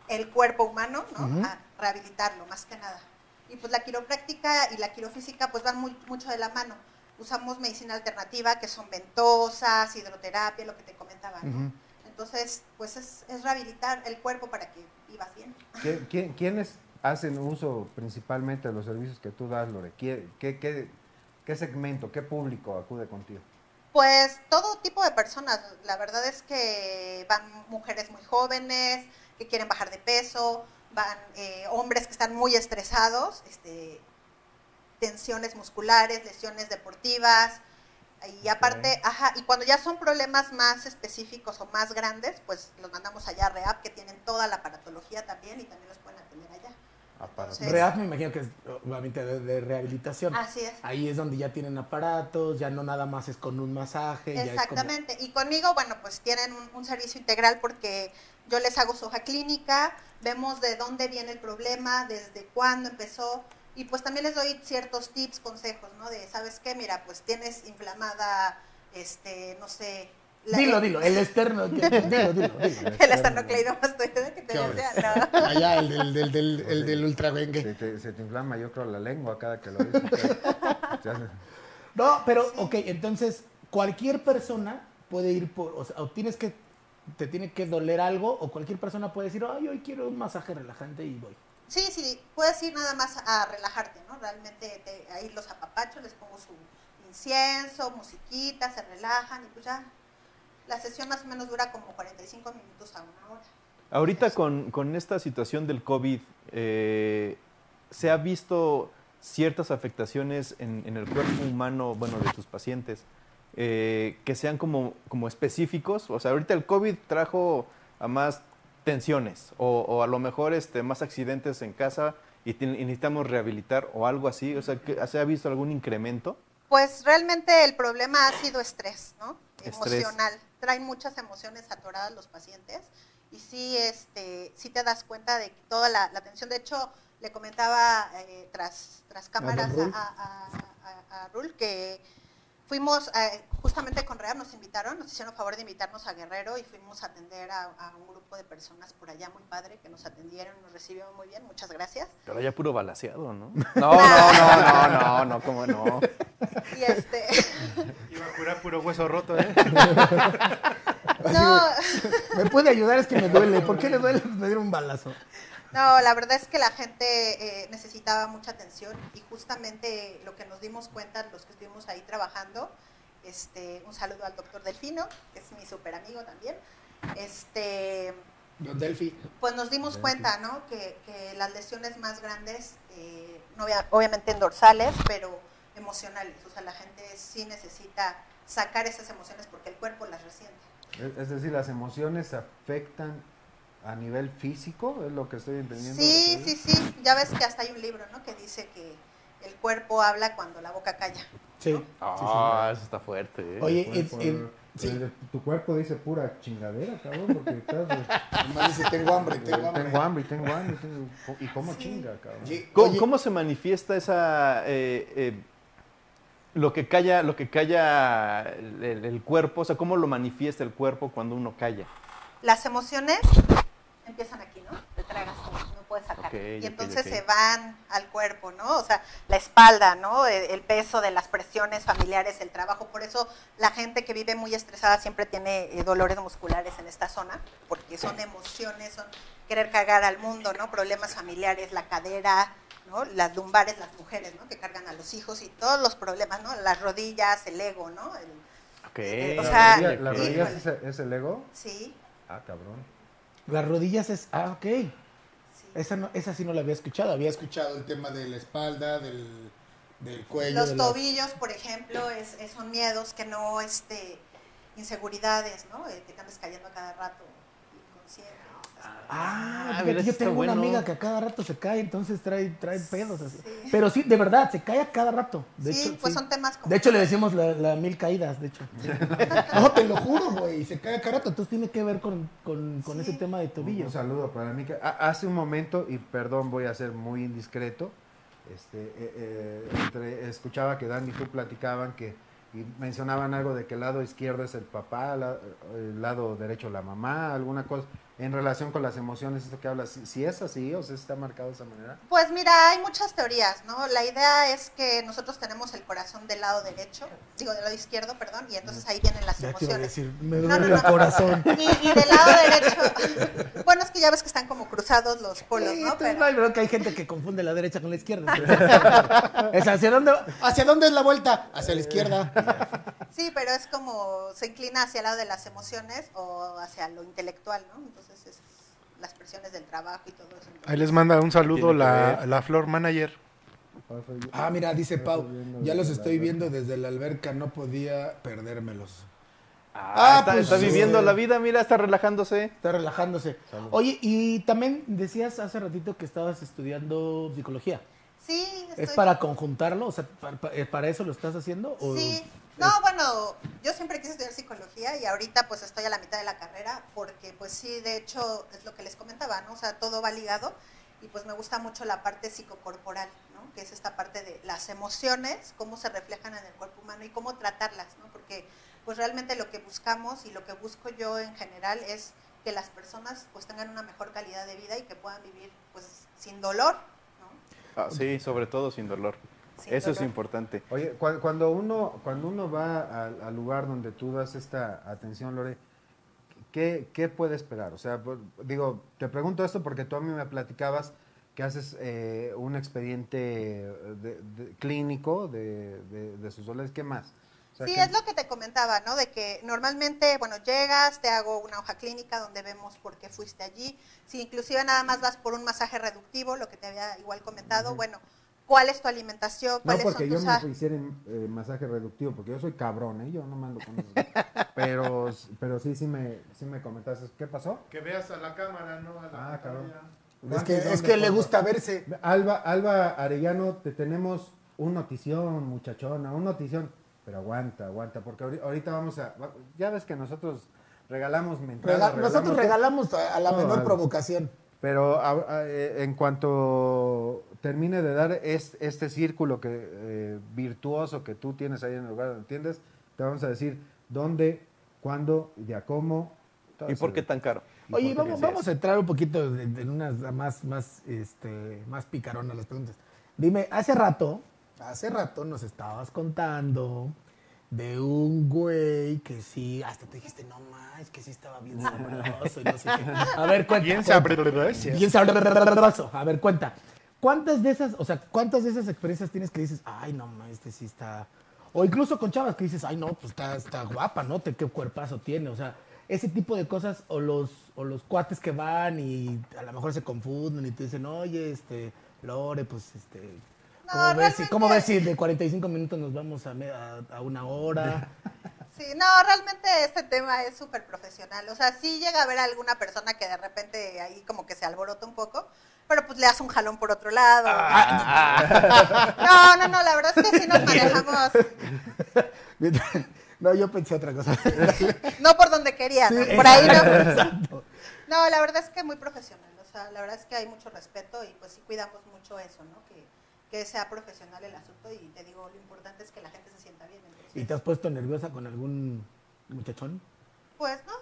S9: el cuerpo humano, ¿no? A rehabilitarlo, más que nada. Y pues la quiropráctica y la quirofísica pues van muy, mucho de la mano. Usamos medicina alternativa, que son ventosas, hidroterapia, lo que te comentaba, ¿no? Entonces, pues es, es rehabilitar el cuerpo para que vivas bien.
S4: ¿Qui- qui- ¿Quiénes hacen uso principalmente de los servicios que tú das, Lore? ¿Qui- ¿Qué, qué- qué segmento, qué público acude contigo?
S9: Pues todo tipo de personas. La verdad es que van mujeres muy jóvenes que quieren bajar de peso, van eh, hombres que están muy estresados, este, tensiones musculares, lesiones deportivas. Y aparte, ajá, y cuando ya son problemas más específicos o más grandes, pues los mandamos allá a REAP, que tienen toda la aparatología también y también los pueden atender allá. Entonces,
S3: Real, me imagino que es obviamente de, de rehabilitación.
S9: Así es.
S3: Ahí es donde ya tienen aparatos, ya no nada más es con un masaje. ya es como-
S9: Exactamente. Y conmigo, bueno, pues tienen un, un servicio integral porque yo les hago su hoja clínica, vemos de dónde viene el problema, desde cuándo empezó. Y pues también les doy ciertos tips, consejos, ¿no? De, ¿sabes qué? Mira, pues tienes inflamada, este, no sé... la-
S3: Dilo, dilo, el externo. que- Dilo, dilo, dilo.
S9: (laughs) El esternocleidomastoideo que te
S3: ¿Qué hables?
S9: decía, ¿no?
S3: Allá, el del, del, del, el del ultravengue.
S4: Se te, se te inflama, yo creo, la lengua cada que lo
S3: (laughs)
S4: dices. Te hace-
S3: No, pero, ok, entonces cualquier persona puede ir por, o sea, o tienes que, te tiene que doler algo, o cualquier persona puede decir, ay, hoy quiero un masaje relajante y voy.
S9: Sí, sí, puedes ir nada más a relajarte, ¿no? Realmente te- ahí los apapachos, les pongo su incienso, musiquita, se relajan y pues ya. La sesión más o menos dura como 45 minutos a una hora.
S5: Ahorita con, con esta situación del COVID, eh, ¿se ha visto ciertas afectaciones en, en el cuerpo humano, bueno, de tus pacientes, eh, que sean como, como específicos? O sea, ahorita el COVID trajo a más tensiones o, o a lo mejor este, más accidentes en casa y y, te- y necesitamos rehabilitar o algo así? O sea, ¿que- ¿se ha visto algún incremento?
S9: Pues realmente el problema ha sido estrés, ¿no?
S5: Estrés.
S9: Emocional. Traen muchas emociones atoradas los pacientes y sí, este, sí te das cuenta de que toda la, la atención. De hecho, le comentaba eh, tras, tras cámaras a,
S3: Rul.
S9: a- a- a- a Rul que fuimos, eh, justamente con REAR nos invitaron, nos hicieron favor de invitarnos a Guerrero y fuimos a atender a, a un grupo de personas por allá muy padre que nos atendieron, nos recibieron muy bien, muchas gracias.
S5: Pero ya puro balaseado, ¿no? (laughs) No, no, no, no, no, no, cómo no.
S9: Y este.
S6: Iba a curar puro hueso roto, ¿eh?
S9: (laughs) no.
S3: ¿Me puede ayudar? Es que me duele. ¿Por qué le duele me dieron un balazo?
S9: No, la verdad es que la gente eh, necesitaba mucha atención y justamente lo que nos dimos cuenta los que estuvimos ahí trabajando, este, un saludo al doctor Delfino, que es mi súper amigo también, este,
S3: Don Delphi.
S9: pues nos dimos cuenta, ¿no? Que, que las lesiones más grandes, eh, no obvia- obviamente en dorsales, pero emocionales, o sea, la gente sí necesita sacar esas emociones porque el cuerpo las resiente.
S4: Es es decir, las emociones afectan a nivel físico, es lo que estoy entendiendo.
S9: Sí, sí, sí, ya ves que hasta hay un libro, ¿no? Que dice que el cuerpo habla cuando la boca calla.
S3: Sí.
S5: (laughs) Ah, eso está fuerte. ¿eh?
S3: Oye,
S4: Por-
S3: en-
S4: por-
S3: en-
S4: por-
S3: sí.
S4: Tu cuerpo dice pura chingadera, cabrón, porque estás... eh,
S3: Nomás dice, (laughs) tengo hambre, tengo hambre.
S4: Tengo hambre, tengo hambre, tengo- y como
S9: Sí.
S4: chinga, cabrón.
S3: Oye,
S5: ¿Cómo, cómo se manifiesta esa eh, eh, lo que calla, lo que calla el, el- el cuerpo? O sea, ¿cómo lo manifiesta el cuerpo cuando uno calla?
S9: Las emociones empiezan aquí, ¿no? Te tragas todo, no puedes sacar.
S5: Ok, ok,
S9: y entonces
S5: ok.
S9: se van al cuerpo, ¿no? O sea, la espalda, ¿no? E- El peso de las presiones familiares, el trabajo. Por eso la gente que vive muy estresada siempre tiene eh, dolores musculares en esta zona, porque son emociones, son querer cargar al mundo, ¿no? Problemas familiares, la cadera, ¿no? Las lumbares, las mujeres, ¿no? Que cargan a los hijos y todos los problemas, ¿no? Las rodillas, el ego, ¿no? El-
S5: Ok.
S9: Eh, o
S4: La
S9: sea,
S4: rodilla- ¿La
S9: híjole.
S4: rodilla es, es el ego?
S9: sí,
S4: Ah, cabrón.
S3: Las rodillas es. Ah, ok.
S9: sí.
S3: Esa, no- esa sí no la había escuchado. Había escuchado el tema de la espalda, del, del cuello.
S9: Los
S3: de la-
S9: tobillos, por ejemplo, es, es- son miedos que no, este, inseguridades, ¿no? Eh, que te andas cayendo a cada rato, inconsciente.
S3: Ah,
S5: Ah,
S3: fíjate,
S5: mira, eso
S3: yo
S5: está
S3: tengo una
S5: bueno.
S3: amiga que a cada rato se cae, entonces trae, trae pedos así.
S9: Sí.
S3: Pero sí, de verdad, se cae a cada rato. Ah. De
S9: sí,
S3: hecho,
S9: pues
S3: sí.
S9: son temas como...
S3: De hecho, le decimos la, la mil caídas, de
S10: (laughs)
S3: hecho. No, te lo juro, güey. Se cae a cada rato. Entonces tiene que ver con, con, con
S9: Sí.
S3: ese tema de
S4: Un,
S3: tobillo.
S4: un saludo para mí. Hace un momento, y perdón, voy a ser muy indiscreto, este, eh, eh, entre- escuchaba que Dan y tú platicaban que y mencionaban algo de que el lado izquierdo es el papá, la- el lado derecho la mamá, alguna cosa en relación con las emociones, esto que hablas, si, si es así o si está marcado de esa manera.
S9: Pues mira, hay muchas teorías, ¿no? La idea es que nosotros tenemos el corazón del lado derecho, digo, del lado izquierdo, perdón, y entonces ahí vienen las
S3: Ya te iba a
S9: emociones.
S3: decir, me
S9: No,
S3: duele
S9: no,
S3: el
S9: no.
S3: corazón.
S9: Y, y del lado derecho, (laughs) bueno, es que ya ves que están como cruzados los polos,
S3: Sí,
S9: ¿no?
S3: entonces,
S9: Pero-
S3: no, pero que hay gente que confunde la derecha con la
S10: (laughs)
S3: izquierda. es hacia dónde, (laughs) hacia dónde es la vuelta, hacia la izquierda.
S9: Sí, pero es como se inclina hacia el lado de las emociones o hacia lo intelectual, ¿no? Entonces, es las presiones del trabajo y todo eso.
S6: Ahí les manda un saludo
S5: Tiene que
S6: la,
S5: ver.
S6: la flor manager.
S3: Ah, mira, dice Pau,
S4: viendo
S3: ya
S4: desde
S3: los
S4: la
S3: estoy
S4: alberca".
S3: viendo desde la alberca, no podía perdérmelos.
S5: Ah,
S3: Ah,
S5: está,
S3: pues,
S5: está
S3: sí.
S5: viviendo la vida, mira, está relajándose.
S3: Está relajándose. Oye, y también decías hace ratito que estabas estudiando psicología.
S9: Sí,
S3: ¿Es
S9: estoy-
S3: para conjuntarlo? O sea, ¿para, para- para eso lo estás haciendo? o-
S9: Sí. No, bueno, yo siempre quise estudiar psicología y ahorita pues estoy a la mitad de la carrera porque pues sí, de hecho es lo que les comentaba, ¿no? O sea, todo va ligado y pues me gusta mucho la parte psicocorporal, ¿no? Que es esta parte de las emociones, cómo se reflejan en el cuerpo humano y cómo tratarlas, ¿no? Porque pues realmente lo que buscamos y lo que busco yo en general es que las personas pues tengan una mejor calidad de vida y que puedan vivir pues sin dolor, ¿no?
S5: Ah, sí, sobre todo sin dolor.
S9: Sin
S5: eso es
S9: dolor.
S5: importante.
S4: Oye, cua- cuando uno, cuando uno va al, al lugar donde tú das esta atención, Lore, ¿qué, qué puede esperar? O sea, por- digo, te pregunto esto porque tú a mí me platicabas que haces eh, un expediente de- de- clínico de, de- de sus dólares. ¿Qué más? O sea,
S9: Sí,
S4: ¿qué-
S9: es lo que te comentaba, ¿no? De que normalmente, bueno, llegas, te hago una hoja clínica donde vemos por qué fuiste allí. Si inclusive nada más vas por un masaje reductivo, lo que te había igual comentado, bueno, ¿cuál es tu alimentación?
S4: No
S9: ¿Cuáles
S4: porque
S9: son
S4: yo
S9: tus
S4: me
S9: a-
S4: hiciera eh, masaje reductivo, porque yo soy cabrón, ¿eh? Yo no mando con eso. Pero, pero sí, sí me, sí me comentaste. ¿Qué pasó?
S6: Que veas a la cámara, no a
S4: Ah, cabrón.
S10: Es que,
S4: Guantes,
S10: es
S4: ¿dónde
S10: que le
S4: compro?
S10: gusta verse.
S4: Alba, Alba Arellano, te tenemos un notición, muchachona, un notición. Pero aguanta, aguanta, porque ahori- ahorita vamos a. va- Ya ves que nosotros regalamos mentadas.
S10: Rega- nosotros
S4: todo.
S10: regalamos a, a la
S4: No,
S10: menor
S4: algo.
S10: provocación.
S4: Pero a- a- eh, en cuanto termine de dar es- este círculo que, eh, virtuoso que tú tienes ahí en el lugar donde entiendes, te vamos a decir dónde, cuándo, ya cómo. todo
S5: ¿Y
S4: eso.
S5: por qué tan caro?
S4: ¿Y
S3: Oye,
S4: por qué?
S3: vamos, vamos a entrar un poquito en en unas más, más, este, más picaronas las preguntas. Dime, hace rato, hace rato nos estabas contando de un güey que sí, hasta tú dijiste, no más, que sí estaba bien sabroso y no sé qué. (laughs) A ver, cuenta.
S11: Bien
S3: cuenta.
S11: sabroso.
S3: Bien sabroso. A ver, cuenta. ¿Cuántas de esas, o sea, cuántas de esas experiencias tienes que dices, ay, no más, este sí está... O incluso con chavas que dices, ay, no, pues está, está guapa, ¿no? Te- Qué cuerpazo tiene, o sea... Ese tipo de cosas, o los, o los cuates que van y a lo mejor se confunden y te dicen, oye, este, Lore, pues, este,
S9: No,
S3: ¿cómo, ves, si,
S9: realmente-
S3: ¿cómo ves si de 45 minutos nos vamos a, me- a- a una hora?
S9: Sí, no, realmente este tema es súper profesional. O sea, sí llega a haber alguna persona que de repente ahí como que se alborota un poco, pero pues le hace un jalón por otro lado. (laughs) No, no, no, la verdad es que
S4: (laughs)
S9: sí nos manejamos,
S3: (laughs) no, yo pensé otra cosa. (laughs)
S9: no por donde quería, ¿no?
S3: Sí,
S9: por ahí no.
S3: exacto.
S9: No, la verdad es que muy profesional. O sea, la verdad es que hay mucho respeto y pues sí cuidamos mucho eso, ¿no? Que, que sea profesional el asunto y te digo, lo importante es que la gente se sienta bien. entonces,
S3: ¿Y te has puesto nerviosa con algún muchachón?
S9: Pues no,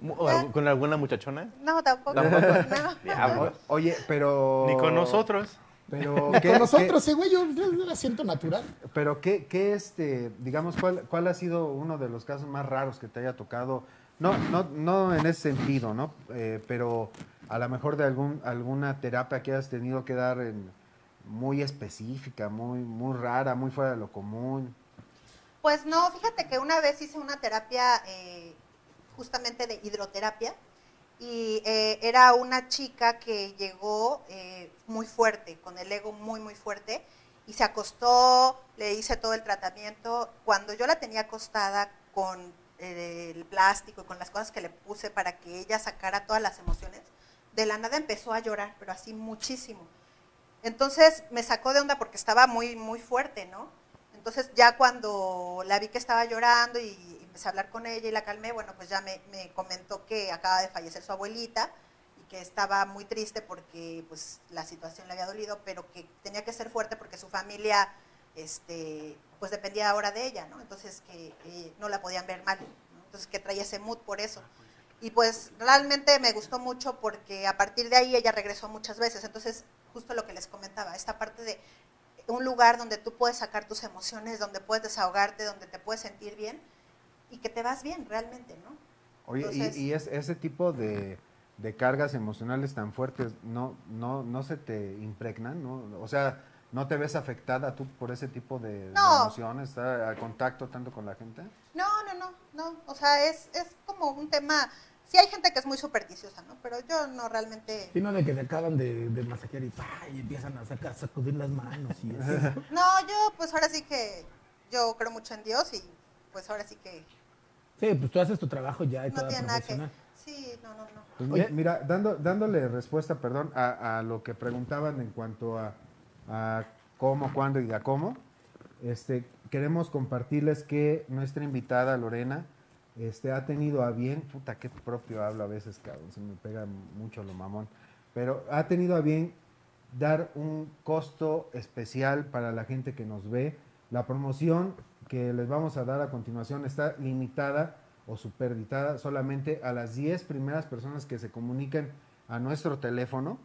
S5: Mu- o
S7: Ah.
S5: algu- ¿Con alguna muchachona? Ah,
S9: no tampoco.
S5: Tampoco.
S9: No.
S5: Diablo.
S4: Oye,
S5: oh.
S4: pero.
S11: Ni con nosotros.
S4: Pero
S3: Ni
S4: ¿qué-
S3: con
S4: qué-
S3: nosotros, sí, Este güey, yo, yo la siento natural.
S4: Pero qué, qué este, digamos, cuál, cuál ha sido uno de los casos más raros que te haya tocado. No, no, no en ese sentido, ¿no? Eh, pero a lo mejor de algún, alguna terapia que hayas tenido que dar en- muy específica, muy, muy rara, muy fuera de lo común.
S9: Pues no, fíjate que una vez hice una terapia eh, justamente de hidroterapia y eh, era una chica que llegó eh, muy fuerte, con el ego muy, muy fuerte y se acostó, le hice todo el tratamiento. Cuando yo la tenía acostada con eh, el plástico y con las cosas que le puse para que ella sacara todas las emociones, de la nada empezó a llorar, pero así muchísimo. Entonces me sacó de onda porque estaba muy, muy fuerte, ¿no? Entonces ya cuando la vi que estaba llorando y, y empecé a hablar con ella y la calmé, bueno, pues ya me, me comentó que acaba de fallecer su abuelita y que estaba muy triste porque pues la situación le había dolido, pero que tenía que ser fuerte porque su familia este, pues dependía ahora de ella, ¿no? Entonces que eh, no la podían ver mal, ¿no? entonces que traía ese mood por eso. Y pues realmente me gustó mucho porque a partir de ahí ella regresó muchas veces, entonces justo lo que les comentaba, esta parte de un lugar donde tú puedes sacar tus emociones, donde puedes desahogarte, donde te puedes sentir bien y que te vas bien realmente, ¿no?
S4: Oye, y-
S9: Entonces-
S4: y, es, ese tipo de, de cargas emocionales tan fuertes, ¿no, no, ¿no se te impregnan? ¿no? O sea, ¿no te ves afectada tú por ese tipo de, de
S9: No.
S4: emociones, estar a contacto tanto con la gente?
S9: No, no, no, no. O sea, es, es como un tema. Sí hay gente que es muy supersticiosa, ¿no? Pero yo no realmente.
S3: Sino de que te acaban de, de masajear y, pa, y empiezan a sacar, sacudir las manos y eso.
S9: No, yo pues ahora sí que yo creo mucho en Dios y pues ahora sí que
S3: Sí, pues tú haces tu trabajo ya y
S9: no
S3: toda
S9: tiene nada que.
S3: profesional.
S9: Sí, no, no, no.
S4: Pues
S3: Oye.
S4: mi- mira, dando, dándole respuesta, perdón, a, a lo que preguntaban en cuanto a, a cómo, cuándo y de a cómo, este, queremos compartirles que nuestra invitada Lorena este, ha tenido a bien, puta, qué propio hablo a veces, cabrón, se me pega mucho lo mamón, pero ha tenido a bien dar un costo especial para la gente que nos ve. La promoción que les vamos a dar a continuación está limitada o superditada solamente a las 10 primeras personas que se comuniquen a nuestro teléfono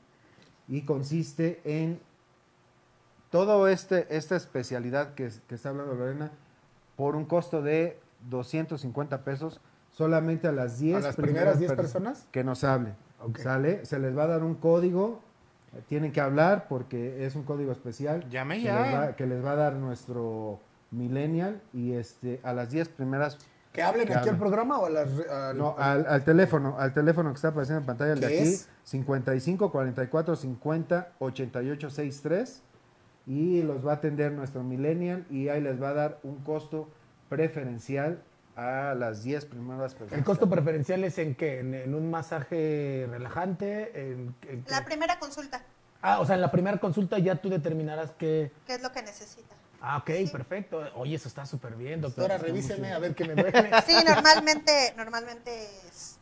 S4: y consiste en todo este, esta especialidad que, es- que está hablando Lorena por un costo de 250 pesos solamente a las 10
S10: A las primeras 10
S4: per-
S10: personas.
S4: que nos hablen.
S3: Ok.
S4: Sale, se les va a dar un código, eh, tienen que hablar porque es un código especial.
S11: Llame
S4: que
S11: ya.
S4: les va- que les va a dar nuestro millennial y este a las 10 primeras
S10: Que hablen
S4: Que
S10: aquí
S4: hablen.
S10: al programa o a las. re- al-
S4: no, al, al teléfono, al teléfono que está apareciendo en pantalla, el de
S10: ¿Qué
S4: aquí,
S10: es?
S4: 55 44 50 88 63 y los va a atender nuestro millennial y ahí les va a dar un costo preferencial a las 10 primeras personas.
S7: ¿El costo preferencial es en qué? ¿En, en un masaje relajante? ¿En- en qué?
S9: La primera consulta,
S7: ah, o sea, en la primera consulta ya tú determinarás que...
S9: ¿qué es lo
S3: (laughs)
S9: que necesita?
S7: Ah, ok, perfecto. Oye, eso está súper bien, doctor.
S3: Doctora, revíseme a ver qué me duele.
S9: Sí, normalmente, normalmente es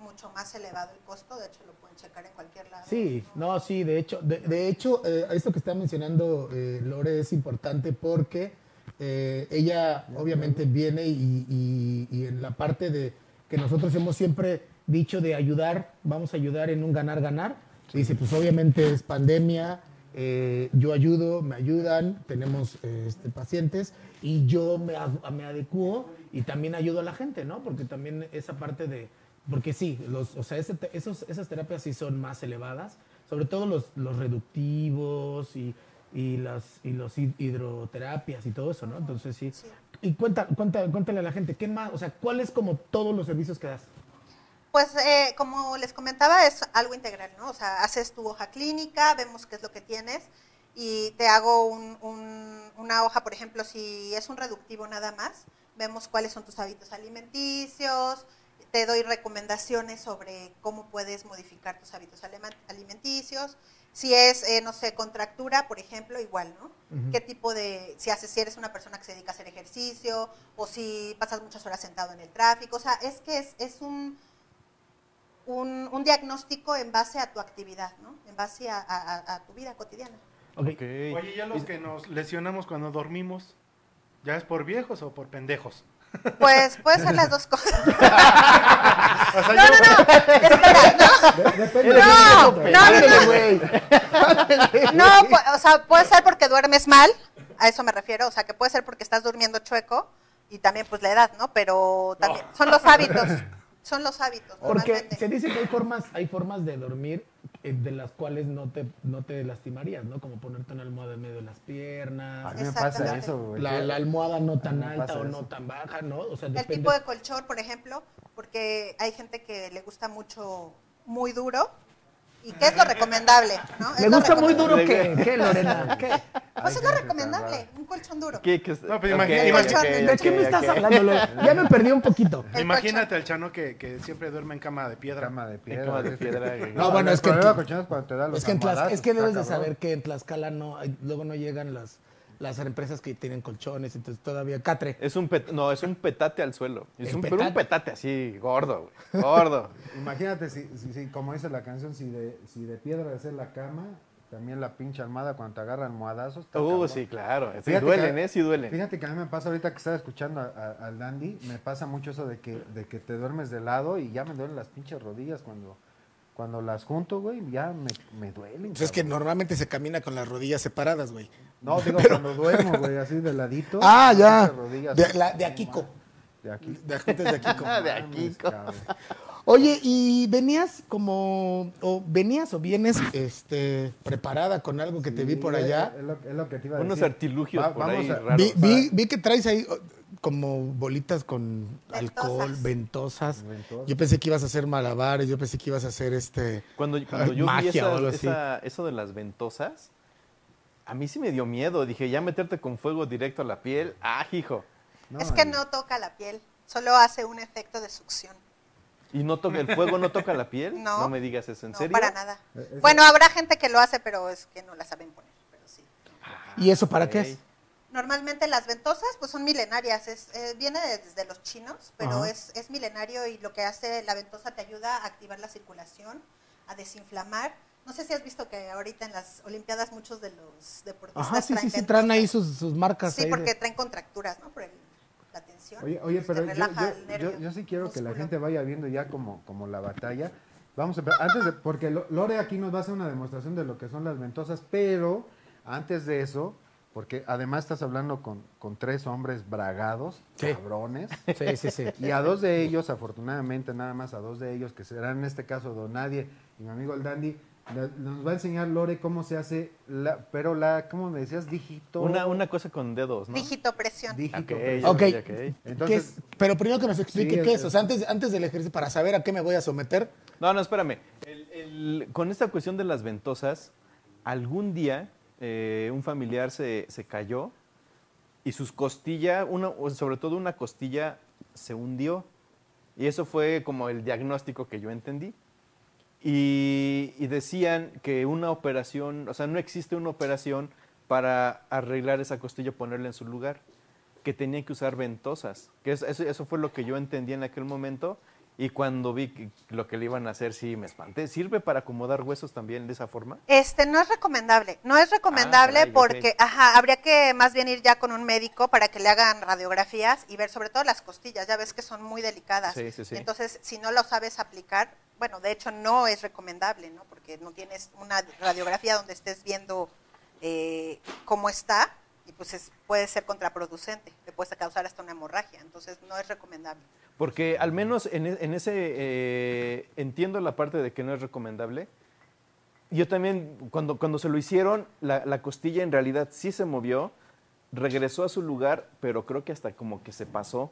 S9: mucho más elevado el costo, de hecho lo pueden checar en cualquier lado.
S7: Sí, no, sí, de hecho, de- de-
S3: De hecho, eh, esto que está mencionando eh, Lore es importante porque eh, ella obviamente viene y, y- y en la parte de que nosotros hemos siempre dicho de ayudar, vamos a ayudar en un ganar-ganar. Dice, pues obviamente es pandemia, eh, yo ayudo, me ayudan, tenemos eh, este, pacientes y yo me, ad- me adecuo y también ayudo a la gente, ¿no? Porque también esa parte de, porque sí, los, o sea, ese te- esos, esas terapias sí son más elevadas, sobre todo los, los reductivos y, y las y los hid- hidroterapias y todo eso, ¿no? Entonces sí.
S9: Sí.
S3: Y cuenta, cuenta, cuéntale a la gente, ¿qué más? O sea, ¿cuál es como todos los servicios que das?
S9: Pues eh, como les comentaba, es algo integral, ¿no? O sea, haces tu hoja clínica, vemos qué es lo que tienes y te hago un- un- una hoja, por ejemplo, si es un reductivo nada más, vemos cuáles son tus hábitos alimenticios, te doy recomendaciones sobre cómo puedes modificar tus hábitos alema- alimenticios, si es, eh, no sé, contractura, por ejemplo, igual, ¿no? ¿Qué tipo de, si haces, si eres una persona que se dedica a hacer ejercicio o si pasas muchas horas sentado en el tráfico, o sea, es que es, es un un, un diagnóstico en base a tu actividad, ¿no? En base a, a- a- a tu vida cotidiana.
S5: Ok.
S6: Oye, ya los que nos lesionamos cuando dormimos, ¿ya es por viejos o por pendejos?
S9: Pues puede ser las dos (laughs) cosas.
S6: O sea,
S9: No, no,
S6: yo-
S9: no. Espera,
S3: Depende.
S9: no. No, no, no. No, pu- o sea, puede ser porque duermes mal, a eso me refiero, o sea, que puede ser porque estás durmiendo chueco y también pues la edad, ¿no? Pero también son los hábitos, son los hábitos
S7: porque
S9: normalmente.
S7: se dice que hay formas, hay formas de dormir eh, de las cuales no te, no te lastimarías, ¿no? Como ponerte una almohada en medio de las
S4: A
S7: piernas,
S4: mí me pasa
S9: Exactamente.
S4: eso, güey.
S7: la, la almohada no tan
S4: Ah, me
S7: alta
S4: pasa
S7: o no
S4: eso.
S7: tan baja, ¿no? O sea,
S9: El
S7: depende.
S9: tipo de colchón, por ejemplo, porque hay gente que le gusta mucho muy duro y que es lo recomendable, ¿no? Es
S7: Me
S9: lo
S7: gusta muy
S9: recomendable.
S7: duro que, ¿qué, Lorena, ¿Qué?
S9: Pues es lo
S4: Ay, qué
S9: recomendable,
S4: raro.
S9: un colchón duro.
S5: ¿Qué- qué es-
S6: No, pues
S5: ok,
S6: imagínate,
S5: ok,
S9: imagínate.
S5: ok,
S7: ¿De qué me
S5: ok, (laughs)
S7: estás
S5: ok.
S7: hablando? Lore? Ya me perdí un poquito.
S9: El
S6: Imagínate al chano que, que siempre duerme en cama de piedra.
S4: Cama de piedra.
S5: Cama de
S4: güey.
S5: piedra, güey.
S4: No, bueno, es que. cuando te da los
S7: Es que, en Tlaxcala-
S4: almohadazos,
S7: es que
S4: está
S7: debes de
S4: cabrón.
S7: saber que en Tlaxcala no, hay- luego no llegan las, las empresas que tienen colchones, entonces todavía catre.
S5: Es un pet- no, es un petate al suelo. Es
S7: El
S5: un, pero un
S7: petate.
S5: petate así, gordo, güey.
S12: (laughs)
S5: Gordo.
S4: Imagínate, si, si- si, como dice la canción, si de, si de piedra es la cama, también la pinche almohada cuando te agarra almohadazos. está
S5: Uh,
S4: cabrón.
S5: sí, claro. Sí
S4: Fíjate
S5: duelen,
S4: que-
S5: ¿eh? Sí duelen.
S4: Fíjate que a mí me pasa ahorita que estaba escuchando a- a- al Dandy, me pasa mucho eso de que, de que te duermes de lado y ya me duelen las pinches rodillas cuando, cuando las junto, güey, ya me, me duelen.
S12: Pues es que
S4: cabrón.
S12: normalmente se camina con las rodillas separadas, güey.
S4: No, digo, cuando duermo, güey, así de ladito.
S12: Ah, ya.
S4: pinches rodillas,
S12: De, la, de Akiko.
S4: De aquí.
S12: De agentes (laughs) de Akiko.
S4: Ah, de aquí.
S12: Oye, ¿y venías como, o venías o vienes este, preparada con algo que te vi por allá?
S4: Es lo, es lo que te iba a
S5: Unos
S4: decir.
S5: artilugios por ahí
S4: a-
S5: raros.
S12: Vi,
S5: Claro,
S12: vi- vi que traes ahí oh, como bolitas con alcohol,
S9: Ventosas.
S12: ventosas.
S4: Ventosas.
S12: Yo pensé que ibas a hacer malabares, yo pensé que ibas a hacer este...
S5: Cuando, cuando yo vi
S12: Magia o
S5: esa-
S12: algo así.
S5: esa- eso de las ventosas, a mí sí me dio miedo. Dije, ya meterte con fuego directo a la piel. Ah, hijo.
S9: es que no toca la piel, solo hace un efecto de succión.
S5: ¿Y no toca el fuego no toca la piel?
S9: (laughs) No.
S5: me digas eso, ¿en
S9: no,
S5: serio?
S9: para nada.
S4: Eh, eso-
S9: Bueno, habrá gente que lo hace, pero es que no la saben poner, pero sí.
S12: ¿Y eso para qué es?
S9: Normalmente las ventosas pues son milenarias, es, eh, viene de- desde los chinos, pero
S12: Ajá.
S9: es, es milenario y lo que hace la ventosa te ayuda a activar la circulación, a desinflamar. No sé si has visto que ahorita en las Olimpiadas muchos de los deportistas
S12: Ajá, sí, sí, sí,
S9: ventosas.
S12: traen ahí sus, sus marcas.
S9: Sí,
S12: ahí de-
S9: porque traen contracturas, ¿no? Por el- la tensión.
S4: Oye, oye,
S9: Te
S4: pero yo,
S9: relaja
S4: yo-
S9: el nervio
S4: yo- yo sí quiero que la
S9: músculo.
S4: gente vaya viendo ya como, como la batalla. Vamos a empezar, antes de, porque Lo- Lore aquí nos va a hacer una demostración de lo que son las ventosas, pero antes de eso, porque además estás hablando con, con tres hombres bragados,
S7: Sí.
S4: cabrones,
S7: Sí, sí, sí.
S4: y a dos de ellos, afortunadamente, nada más a dos de ellos, que serán en este caso Don Nadie y mi amigo el Dandy, le- nos va a enseñar Lore cómo se hace, la, pero la, ¿cómo me decías? Dígito.
S5: Una, una cosa con dedos, ¿no?
S9: Digitopresión.
S4: Dígito.
S12: Ok.
S5: Ok, ok.
S12: ¿Qué
S4: Entonces,
S12: es? Pero primero que nos explique
S4: Sí, es-
S12: qué es. O sea, antes, antes del ejercicio, para saber a qué me voy a someter.
S5: No, no, espérame. El- el- con esta cuestión de las ventosas, algún día eh, un familiar se, se cayó y sus costillas, una, o sobre todo una costilla, se hundió. Y eso fue como el diagnóstico que yo entendí. Y, y decían que una operación, o sea, no existe una operación para arreglar esa costilla, ponerla en su lugar, que tenían que usar ventosas. Que es- eso, eso fue lo que yo entendí en aquel momento. Y cuando vi que- lo que le iban a hacer, sí, me espanté. ¿Sirve para acomodar huesos también de esa forma?
S9: Este no es recomendable, no es recomendable
S5: Ah, caray, ok.
S9: porque ajá, habría que más bien ir ya con un médico para que le hagan radiografías y ver sobre todo las costillas, ya ves que son muy delicadas.
S5: Sí, sí, sí.
S9: Entonces, si no lo sabes aplicar, bueno, de hecho no es recomendable, ¿no? Porque no tienes una radiografía donde estés viendo eh, cómo está y pues es- puede ser contraproducente, te puede causar hasta una hemorragia, entonces no es recomendable.
S5: Porque al menos en, e- en ese eh, entiendo la parte de que no es recomendable. Yo también, cuando, cuando se lo hicieron, la, la costilla en realidad sí se movió, regresó a su lugar, pero creo que hasta como que se pasó.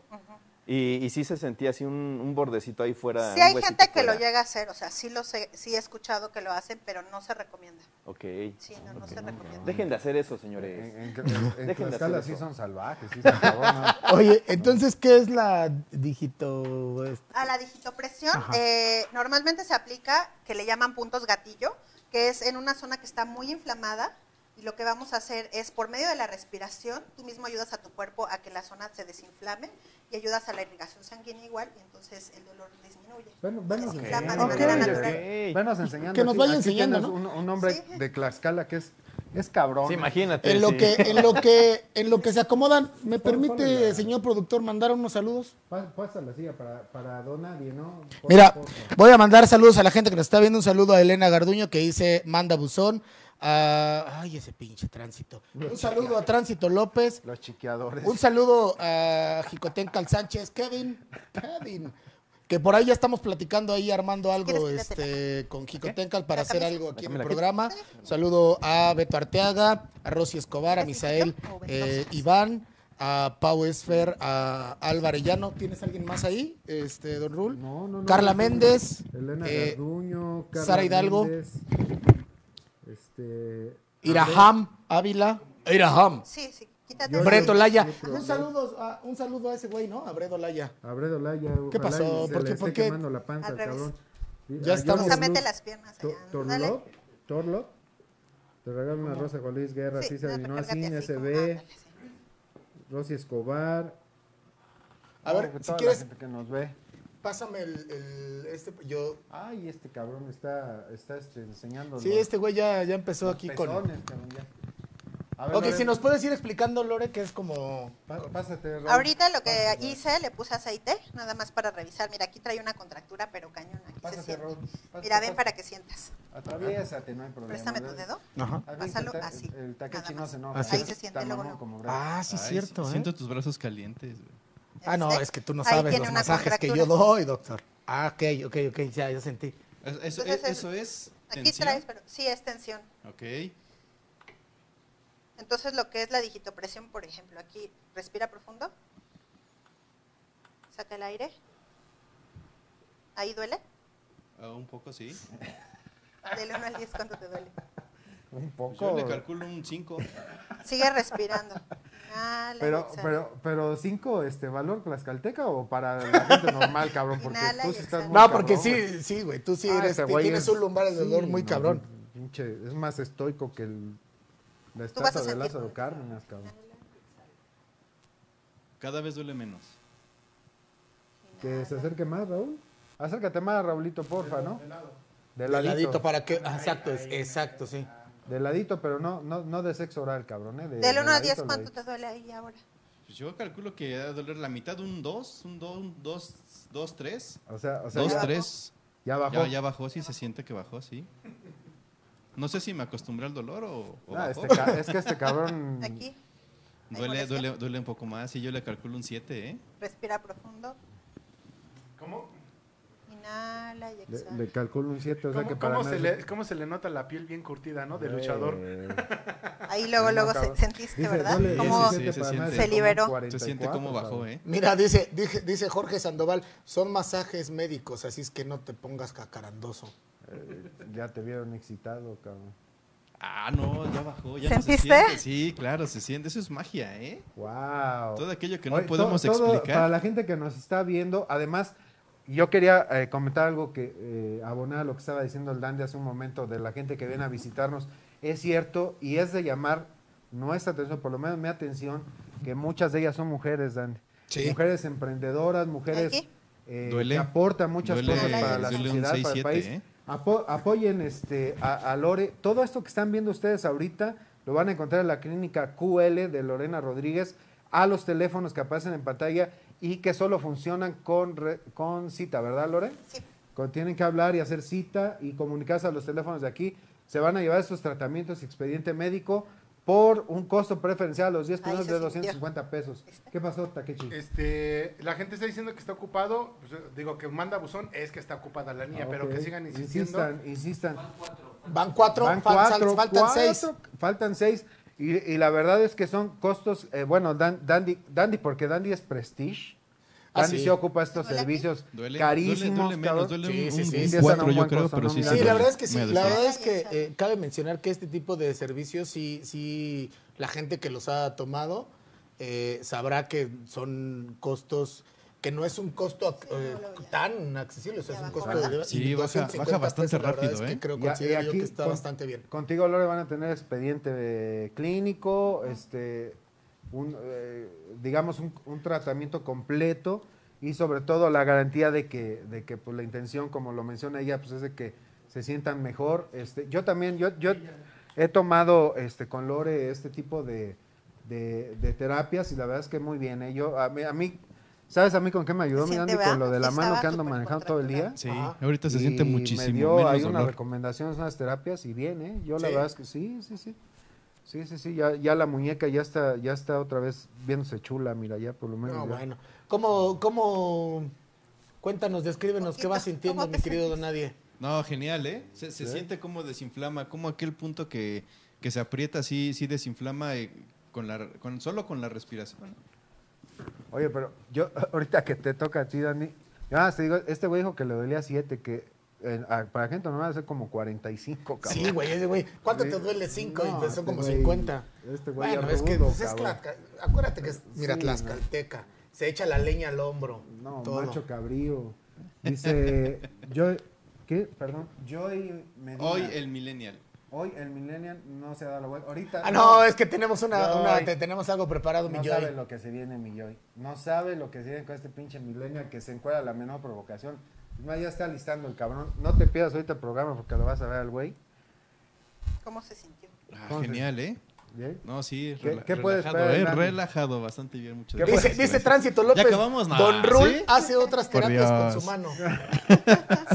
S5: Y, y sí se sentía así un, un bordecito ahí fuera.
S9: Sí
S5: un
S9: hay
S5: huesito
S9: gente que lo
S5: fuera.
S9: llega a hacer, o sea, sí lo sé- sí he escuchado que lo hacen, pero no se recomienda.
S5: Ok.
S9: Sí, no, no se recomienda.
S5: Dejen de hacer eso,
S4: En,
S5: señores.
S4: en- en- en
S5: de
S4: Tlaxcala
S5: hacer
S4: sí
S5: eso.
S4: son salvajes, sí, se acabó,
S5: (laughs)
S4: ¿no?
S3: Oye, (laughs) entonces, ¿qué es la Este, digito? es-
S9: A la digitopresión
S3: Ajá.
S9: eh, normalmente se aplica que le llaman puntos gatillo, que es en una zona que está muy inflamada y lo que vamos a hacer es por medio de la respiración, tú mismo ayudas a tu cuerpo a que la zona se desinflame y ayudas a la irrigación sanguínea igual y entonces el dolor disminuye.
S3: Bueno, bueno,
S9: Se inflama
S4: ok,
S9: de manera
S4: ok.
S9: natural.
S4: Venos enseñando.
S3: Que nos vaya
S4: tienes
S3: enseñando, ¿no?
S4: Un, un hombre
S9: Sí.
S4: de Tlaxcala que es, es cabrón.
S5: Sí, imagínate.
S3: En lo,
S5: sí.
S3: que, en, lo que, en lo que se acomodan, ¿me
S4: Pon-
S3: permite,
S4: ponle la-
S3: señor productor, mandar unos saludos?
S4: Pá- Pasa la silla para, para don nadie, ¿no? Por-
S3: Mira,
S4: por-
S3: voy a mandar saludos a la gente que nos está viendo. Un saludo a Elena Garduño que dice manda buzón. a- ay, ese pinche tránsito. Un saludo a Tránsito López.
S4: Los chiqueadores.
S3: Un saludo a Jicotencal Sánchez. Kevin, Kevin. Que por ahí ya estamos platicando ahí, armando algo
S9: ¿Quieres que la
S3: este, con Jicotencal para
S9: ¿La
S3: hacer
S9: camisa?
S3: algo aquí en
S5: ¿La
S3: el
S5: camisa?
S3: programa. Saludo a Beto Arteaga, a Rosy Escobar, a Misael
S9: ¿O
S3: eh,
S9: Ventosas?
S3: Iván, a Pau Esfer, a Álvaro Arellano. ¿Tienes alguien más ahí, este, don Rul?
S4: No, no, no,
S3: Carla
S4: no,
S3: Méndez,
S4: Elena
S3: eh,
S4: Garduño, Carla
S3: Sara Hidalgo.
S4: Méndez, este,
S3: Iraham Ávila. Iraham.
S9: Sí, sí, quítate.
S4: Yo-
S9: el-
S3: Breto Laya.
S4: Sí, pero-
S3: Un saludo, a, un saludo a ese güey, ¿no? A Bredo Laya.
S4: Abredo Laya,
S3: ¿Qué
S4: ojalá
S3: pasó?
S4: y se
S3: ¿Por
S4: le
S3: qué-
S4: esté
S3: por qué?
S4: quemando la panza
S9: Al
S4: al
S9: revés.
S4: cabrón.
S3: Ya estamos-
S9: O sea, mete las piernas allá, dale.
S4: Torlop, Torlop. Te regalo una rosa Juan Luis Guerra,
S9: Sí,
S4: sí, se adivinó
S9: recárgate
S4: así,
S9: así,
S4: SB,
S9: como-
S4: Rosy Escobar.
S3: A ver,
S4: Toda
S3: si
S4: la
S3: quieres,
S4: gente que nos ve.
S3: pásame el, el- este, yo...
S4: Ay, este cabrón está, está este, enseñando.
S3: Sí,
S4: los-
S3: este güey ya, ya empezó
S4: los
S3: aquí con...
S4: pezones, cabrón, ya. A ver,
S3: Ok,
S4: Lore,
S3: si nos puedes ir explicando, Lore, que es como...
S4: pa- Pásate, Raúl.
S9: Ahorita lo que
S4: Pásate,
S9: hice, le puse aceite, nada más para revisar. Mira, aquí trae una contractura, pero cañón, aquí se
S4: Pásate,
S9: siente.
S4: Raúl.
S9: Mira,
S4: Pásate,
S9: ven
S4: pásate.
S9: para que sientas.
S4: Atraviésate, no hay problema.
S9: Préstame tu
S4: ¿verdad?
S9: dedo.
S3: Ajá.
S4: Has visto,
S9: Pásalo
S4: el ta-
S9: así,
S4: El, el Takeshi
S9: nada
S4: no
S9: más.
S4: se enoja.
S3: Así.
S9: Ahí se siente
S4: Tan
S9: luego,
S4: mamón
S9: luego.
S4: como Brad.
S3: Ah, sí, es cierto, ¿eh?
S13: Siento tus brazos calientes. güey.
S3: Ah, no,
S9: ¿Viste?
S3: es que tú no
S9: Este Ahí
S3: sabes
S9: tiene
S3: los
S9: una
S3: masajes que yo
S9: contractura.
S3: doy, doctor. Ah, ok, ok, ok, ya, ya sentí.
S13: Es- Eso,
S9: Entonces,
S13: es, eso es
S9: Aquí
S13: tensión.
S9: traes, pero sí es tensión.
S13: Ok.
S9: Entonces lo que es la digitopresión, por ejemplo, aquí respira profundo. Saca el aire. Ahí duele.
S13: Ah, un poco sí.
S9: Del 1 al 10 cuánto te duele.
S4: Un
S13: Pues yo
S4: poco.
S13: le calculo un 5.
S9: Sigue respirando. Ah, la
S4: Pero,
S9: exhala.
S4: pero, pero cinco, este, valor tlaxcalteca o para la gente normal, cabrón, porque
S9: Inhala
S4: tú
S9: y
S4: sí estás
S9: exhala.
S4: muy
S3: No, porque
S4: cabrón, güey.
S3: sí, sí, güey, tú sí
S4: Ah,
S3: eres,
S4: este
S3: ti-
S4: güey
S3: tienes
S4: es-
S3: un lumbar de dolor
S4: sí,
S3: muy
S4: no,
S3: cabrón.
S4: pinche, es más estoico que el, la
S9: Tú vas a
S4: estatua de
S9: sentir-
S4: Lázaro Cárdenas, cabrón.
S13: Cada vez duele menos.
S4: Que se acerque más, Raúl. Acércate más, Raulito, porfa, ¿no? De
S3: Del
S4: ladito.
S3: ladito para que... ah, Exacto, es- exacto, sí.
S4: De ladito, pero no, no, no de sexo oral, cabrón, ¿eh? De-
S9: Del
S4: de
S9: 1 al
S4: ladito,
S9: 10 cuánto
S4: ladito.
S9: te duele ahí ahora.
S13: Pues yo calculo que va a doler la mitad, un 2, un 2, un 2, 2, 3.
S4: O sea, o sea,
S13: 2,
S4: ya,
S13: 3.
S4: ya bajó.
S13: Ya, ya bajó, sí, se siente que bajó, sí. No sé si me acostumbré al dolor o, o
S4: Ah,
S13: bajó.
S4: este ca- es que este
S9: (laughs)
S4: cabrón...
S9: Aquí
S13: Duele,
S9: molestia.
S13: duele, duele un poco más y yo le calculo un 7, ¿eh?
S9: respira profundo.
S10: ¿Cómo,
S9: Inhala y
S4: Le,
S9: exhala.
S4: le calculo un 7, o sea que
S10: cómo-
S4: para
S10: cómo
S4: no
S10: se
S4: es-
S10: le, cómo se le nota la piel bien curtida, ¿no? De luchador.
S4: Eh,
S9: Ahí luego,
S4: no,
S9: luego se-
S4: cabrón.
S9: sentiste,
S4: Dice,
S9: ¿verdad?
S4: duele,
S9: Como
S13: Sí, sí, sí, se
S4: para
S13: siente.
S4: más,
S13: Se
S4: como
S9: liberó.
S13: Se siente
S4: 44,
S13: cómo bajó,
S4: cabrón.
S13: ¿eh?
S3: Mira, dice, dije- dice Jorge Sandoval, son masajes médicos, así es que no te pongas cacarandoso.
S4: Eh, Ya te vieron excitado, cabrón.
S5: Ah, no, ya bajó. Ya no se
S9: ¿Sentiste?
S5: siente. sí, claro, se siente. Eso es magia, ¿eh?
S4: Wow.
S5: Todo aquello que no
S4: Oye, to-
S5: podemos
S4: todo-
S5: explicar.
S4: Para la gente que nos está viendo, además, yo quería eh, comentar algo que eh, abonar a lo que estaba diciendo el Dan de hace un momento de la gente que viene a visitarnos. Es cierto y es de llamar nuestra atención, por lo menos mi atención, que muchas de ellas son mujeres, Dan. Mujeres emprendedoras, mujeres eh,
S5: Duele.
S4: que aportan muchas
S5: Duele,
S4: cosas para la
S5: duele un
S4: sociedad, para el
S5: 6-7,
S4: país.
S5: ¿eh?
S4: Apo- apoyen este, a, a Lore. Todo esto que están viendo ustedes ahorita lo van a encontrar en la clínica QL de Lorena Rodríguez a los teléfonos que aparecen en pantalla y que solo funcionan con, re- con cita, ¿verdad, Lore? Sí. tienen que hablar y hacer cita y comunicarse a los teléfonos de aquí. Se van a llevar estos tratamientos y expediente médico por un costo preferencial a los 10 primeros
S6: se
S4: de
S6: sintió.
S4: 250 pesos. ¿Qué pasó, Takechi?
S6: Este, la gente está diciendo que está ocupado. pues, eh, digo, que manda buzón es que está ocupada la niña,
S4: Ah,
S6: pero
S4: ok.
S6: que sigan insistiendo.
S4: Insistan, insistan.
S3: Van cuatro,
S4: Van
S3: fal- sal-
S4: cuatro,
S3: faltan
S4: cuatro,
S3: seis.
S4: Faltan seis. Y, y la verdad es que son costos, eh, bueno, Dan- Dandy, Dandy, porque Dandy es prestige.
S3: Ah,
S4: Dandy
S3: sí.
S4: se ocupa estos servicios
S5: Duele-
S4: carísimos.
S5: duele- duele menos,
S4: cabrón.
S5: duele Sí, un-
S4: Sí,
S5: sí, sí.
S4: sí,
S5: un
S4: sí,
S5: cuatro,
S4: es un
S5: yo
S4: buen
S5: creo,
S4: costo,
S5: pero
S4: ¿no?
S5: sí
S4: Mira,
S5: se
S3: Sí, la verdad es que sí. La
S5: Me desmayé.
S3: verdad es que eh, cabe mencionar que este tipo de servicios, sí, sí, la gente que los ha tomado eh, sabrá que son costos que no es un costo eh, tan accesible, o sea, es un costo de
S5: Sí, baja-
S3: 250
S5: baja bastante
S3: pesos, la verdad
S5: rápido,
S3: es
S5: ¿eh?
S3: que creo
S4: Ya, y
S3: considero yo
S4: aquí
S3: que está
S4: con-
S3: bastante bien.
S4: Contigo, Lore, van a tener expediente eh, clínico, este, un, eh, digamos, un, un tratamiento completo y sobre todo la garantía de que, de que pues, la intención, como lo menciona ella, pues es de que se sientan mejor. Este, yo también, yo, yo he tomado este, con Lore este tipo de, de- de terapias y la verdad es que muy bien. ¿eh? Yo, a, mí, a mí, ¿sabes a mí con qué me ayudó, mi
S9: siente,
S4: Andy? Con
S9: ¿verdad?
S4: lo de la mano
S9: Estaba
S4: que ando manejando todo el día.
S5: Sí, ahorita se siente
S4: Y
S5: muchísimo
S4: Me dio
S5: menos
S4: ahí una
S5: dolor.
S4: recomendaciones, unas terapias y bien, ¿eh? Yo la
S3: Sí.
S4: verdad es que sí, sí, sí. Sí, sí, sí, ya, ya la muñeca ya está, ya está otra vez viéndose chula, mira, ya por lo menos.
S3: No,
S4: ya.
S3: bueno. ¿Cómo, cómo? Cuéntanos, descríbenos qué vas sintiendo, mi querido don Nadie.
S5: No, genial, ¿eh? Se, se siente como desinflama, como aquel punto que, que se aprieta, sí, sí desinflama eh, con la, con, solo con la respiración.
S4: Oye, pero yo, (laughs) ahorita que te toca a ti, Dani, ah, te digo, este güey dijo que le dolía 7, que eh, a- para gente normal va a ser como 45, cabrón.
S3: Sí, güey, ese güey. ¿Cuánto
S4: Sí.
S3: te duele? Cinco
S4: No,
S3: y te
S4: este
S3: son como
S4: güey-
S3: 50.
S4: Este güey
S3: Bueno,
S4: ya
S3: es que
S4: rudo,
S3: pues, es
S4: cabrón.
S3: tlaxca- Acuérdate que es, mira,
S4: Sí,
S3: tlaxcalteca. Se echa la leña al hombro.
S4: No,
S3: todo.
S4: macho cabrío. Dice, (laughs) yo, ¿qué? Perdón. Joy Medina.
S5: Hoy el millennial.
S4: Hoy el millennial no se ha dado la vuelta. Ahorita.
S3: Ah, no, es que tenemos una,
S4: Joy.
S3: una- te- tenemos algo preparado, mi
S4: No
S3: Joy.
S4: sabe lo que se viene, mi Joy. No sabe lo que se viene con este pinche millennial que se encuentra a la menor provocación. Es más, ya está listando el cabrón. No te pierdas ahorita el programa porque lo vas a ver al güey.
S9: ¿Cómo se sintió?
S5: Ah,
S4: Entonces,
S5: genial, ¿eh?
S4: ¿bien?
S5: No, sí,
S4: ¿Qué-
S5: rela-
S4: qué puedes
S5: relajado,
S4: esperar,
S5: ¿eh?
S4: Nani?
S5: Relajado, bastante bien, muchas
S4: ¿Qué
S5: gracias.
S3: Dice, dice
S5: Gracias.
S3: Tránsito López.
S5: Ya acabamos nada,
S3: Don Rul
S5: ¿sí?
S3: hace otras
S5: Por
S3: terapias con
S5: Dios.
S3: su
S5: (laughs)
S3: mano.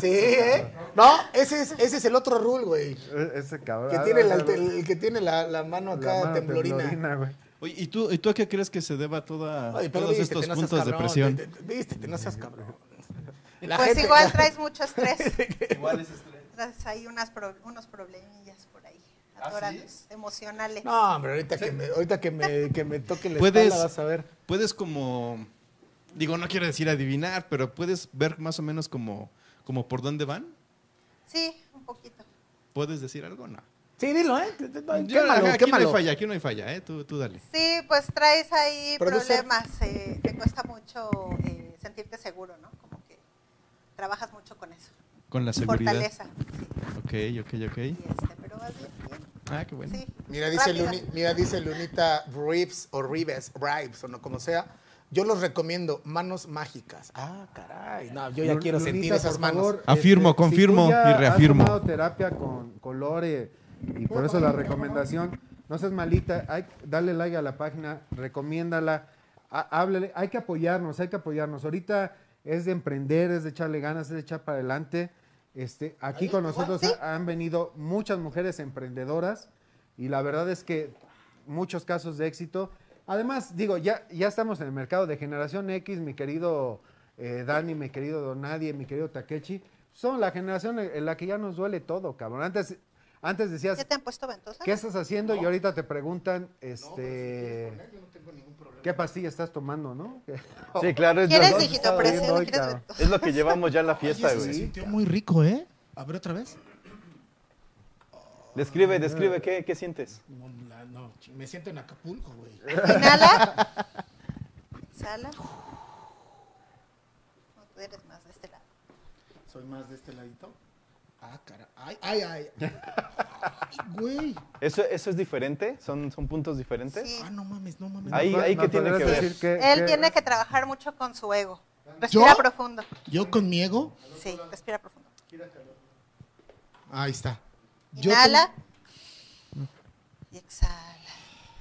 S3: Sí, ¿eh? No, ese es, ese es el otro Rul, güey.
S4: E- Ese cabrón.
S3: Que
S4: Ah,
S3: tiene
S4: no,
S3: la,
S4: no, no.
S3: el que tiene la, la mano acá
S4: La mano
S3: temblorina.
S4: güey.
S5: Oye, ¿y tú, ¿y tú a qué crees que se deba toda,
S3: Ay, pero
S5: todos
S3: vístete,
S5: estos
S3: no seas
S5: puntos de
S3: cabrón,
S5: presión?
S3: te- te- Vístete, no seas
S4: (laughs)
S3: cabrón. La
S9: Pues
S3: gente- (laughs)
S9: igual traes
S5: (laughs)
S9: mucho estrés.
S5: Igual es estrés.
S9: Traes ahí unas pro- unos problemillas por ahí,
S5: ¿Ah,
S9: atorados, emocionales.
S3: No, hombre, ahorita que me, ahorita que me, que me toque la
S5: Puedes-
S3: espalda vas a ver.
S5: Puedes como, digo, no quiero decir adivinar, pero puedes ver más o menos como, como por dónde van.
S9: Sí, un poquito.
S5: ¿Puedes decir algo? No.
S3: Sí, dilo, ¿eh?
S5: Yo-
S3: Quémalo,
S5: ajá, aquí no
S3: quémalo.
S5: hay falla, aquí no hay falla, ¿eh? Tú, tú dale.
S9: Sí, pues traes ahí
S3: Producer.
S9: problemas. eh, te cuesta mucho eh, sentirte seguro, ¿no? Como que trabajas mucho con eso.
S5: Con la seguridad.
S9: Fortaleza. sí,
S5: Ok, ok, ok.
S9: este, pero vas bien, bien.
S5: Ah, qué bueno.
S9: Sí.
S3: Mira, dice,
S9: Rápido.
S3: Luni- mira, dice Lunita Reeves o Reeves, Reeves o no como sea. Yo los recomiendo, manos mágicas. Ah, caray. No, yo ya
S4: Lu-
S3: quiero
S4: Lunita,
S3: sentir esas
S4: por
S3: manos.
S4: favor,
S5: Afirmo,
S4: Eh, si tú
S5: confirmo
S4: ya
S5: y reafirmo.
S4: Has tomado terapia con, con Lore y por eso la recomendación, no seas malita, hay, dale like a la página, recomiéndala, ha- háblale, hay que apoyarnos, hay que apoyarnos. Ahorita es de emprender, es de echarle ganas, es de echar para adelante. Este, aquí con nosotros ha- han venido muchas mujeres emprendedoras y la verdad es que muchos casos de éxito. Además, digo, ya, ya estamos en el mercado de generación X, mi querido eh, Dani, mi querido Donadie, mi querido Takechi. Son la generación en en la que ya nos duele todo, cabrón. Antes, antes
S9: ¿Qué
S4: decías,
S9: te han puesto ventosa?
S4: ¿qué estás haciendo? Y ahorita te preguntan, este... ¿Qué pastilla estás tomando,
S9: (laughs)
S4: no?
S10: Sí, claro. Es
S9: ¿Quieres
S10: lo,
S9: digitopresión?
S4: Doy,
S9: ¿Quieres
S4: cabrón.
S9: ventosa?
S10: es lo que llevamos ya a la fiesta, güey.
S4: Sí,
S14: Muy rico, ¿eh? A ver otra vez.
S5: Describe, describe, ¿qué, qué sientes?
S3: No, la- no, ch- me siento en Acapulco, güey.
S9: Inhala. Exhala. No, tú eres más de este lado.
S3: Soy más de este ladito. Ah, cara. Ay, ay, ay. Ay, Güey.
S5: ¿Eso, eso es diferente? ¿Son, son puntos diferentes?
S3: Ah, no mames, no mames.
S5: Ahí,
S3: no mames.
S5: ahí que tiene que ver.
S9: Él tiene que trabajar mucho con su ego. Respira
S3: ¿Yo?
S9: profundo.
S3: ¿Yo con mi ego?
S9: Sí, respira profundo.
S3: Ahí está. Yo
S9: Inhala. Y exhala.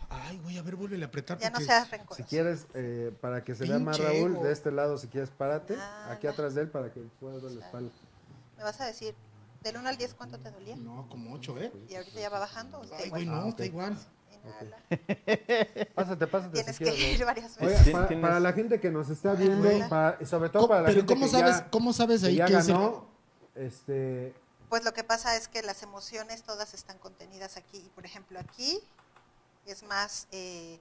S3: con- Ay, güey, a ver, vuelve a apretar.
S9: Ya no
S3: porque-
S9: seas rencoroso.
S4: Si quieres, eh, para que se vea más
S3: Pinche
S4: Raúl,
S3: ego.
S4: de este lado, si quieres, párate. Aquí
S9: Ala.
S4: atrás de él para que puedas ver la
S9: (laughs)
S4: espalda.
S9: Me vas a decir, del 1 al 10, ¿cuánto te dolía?
S3: No, como 8, ¿eh?
S9: Y ahorita ya va bajando. o está
S3: Ay,
S9: igual?
S3: güey, no,
S4: Ah, ok.
S3: está igual.
S4: Pásate, pásate.
S9: Tienes
S4: si
S9: que
S4: quieres,
S9: ir
S4: Raúl.
S9: varias
S4: Oiga,
S9: veces.
S4: para, para la gente que nos está viendo,
S9: Hola.
S4: para- y sobre todo
S3: Ah, ¿Cómo-
S4: para la
S3: pero
S4: gente
S3: cómo
S4: que
S3: sabes,
S4: ya,
S3: cómo sabes
S4: que
S3: ahí
S4: ya
S3: que es el-
S4: ganó, este,
S9: Pues lo que pasa es que las emociones todas están contenidas aquí. Y por ejemplo, aquí es más eh,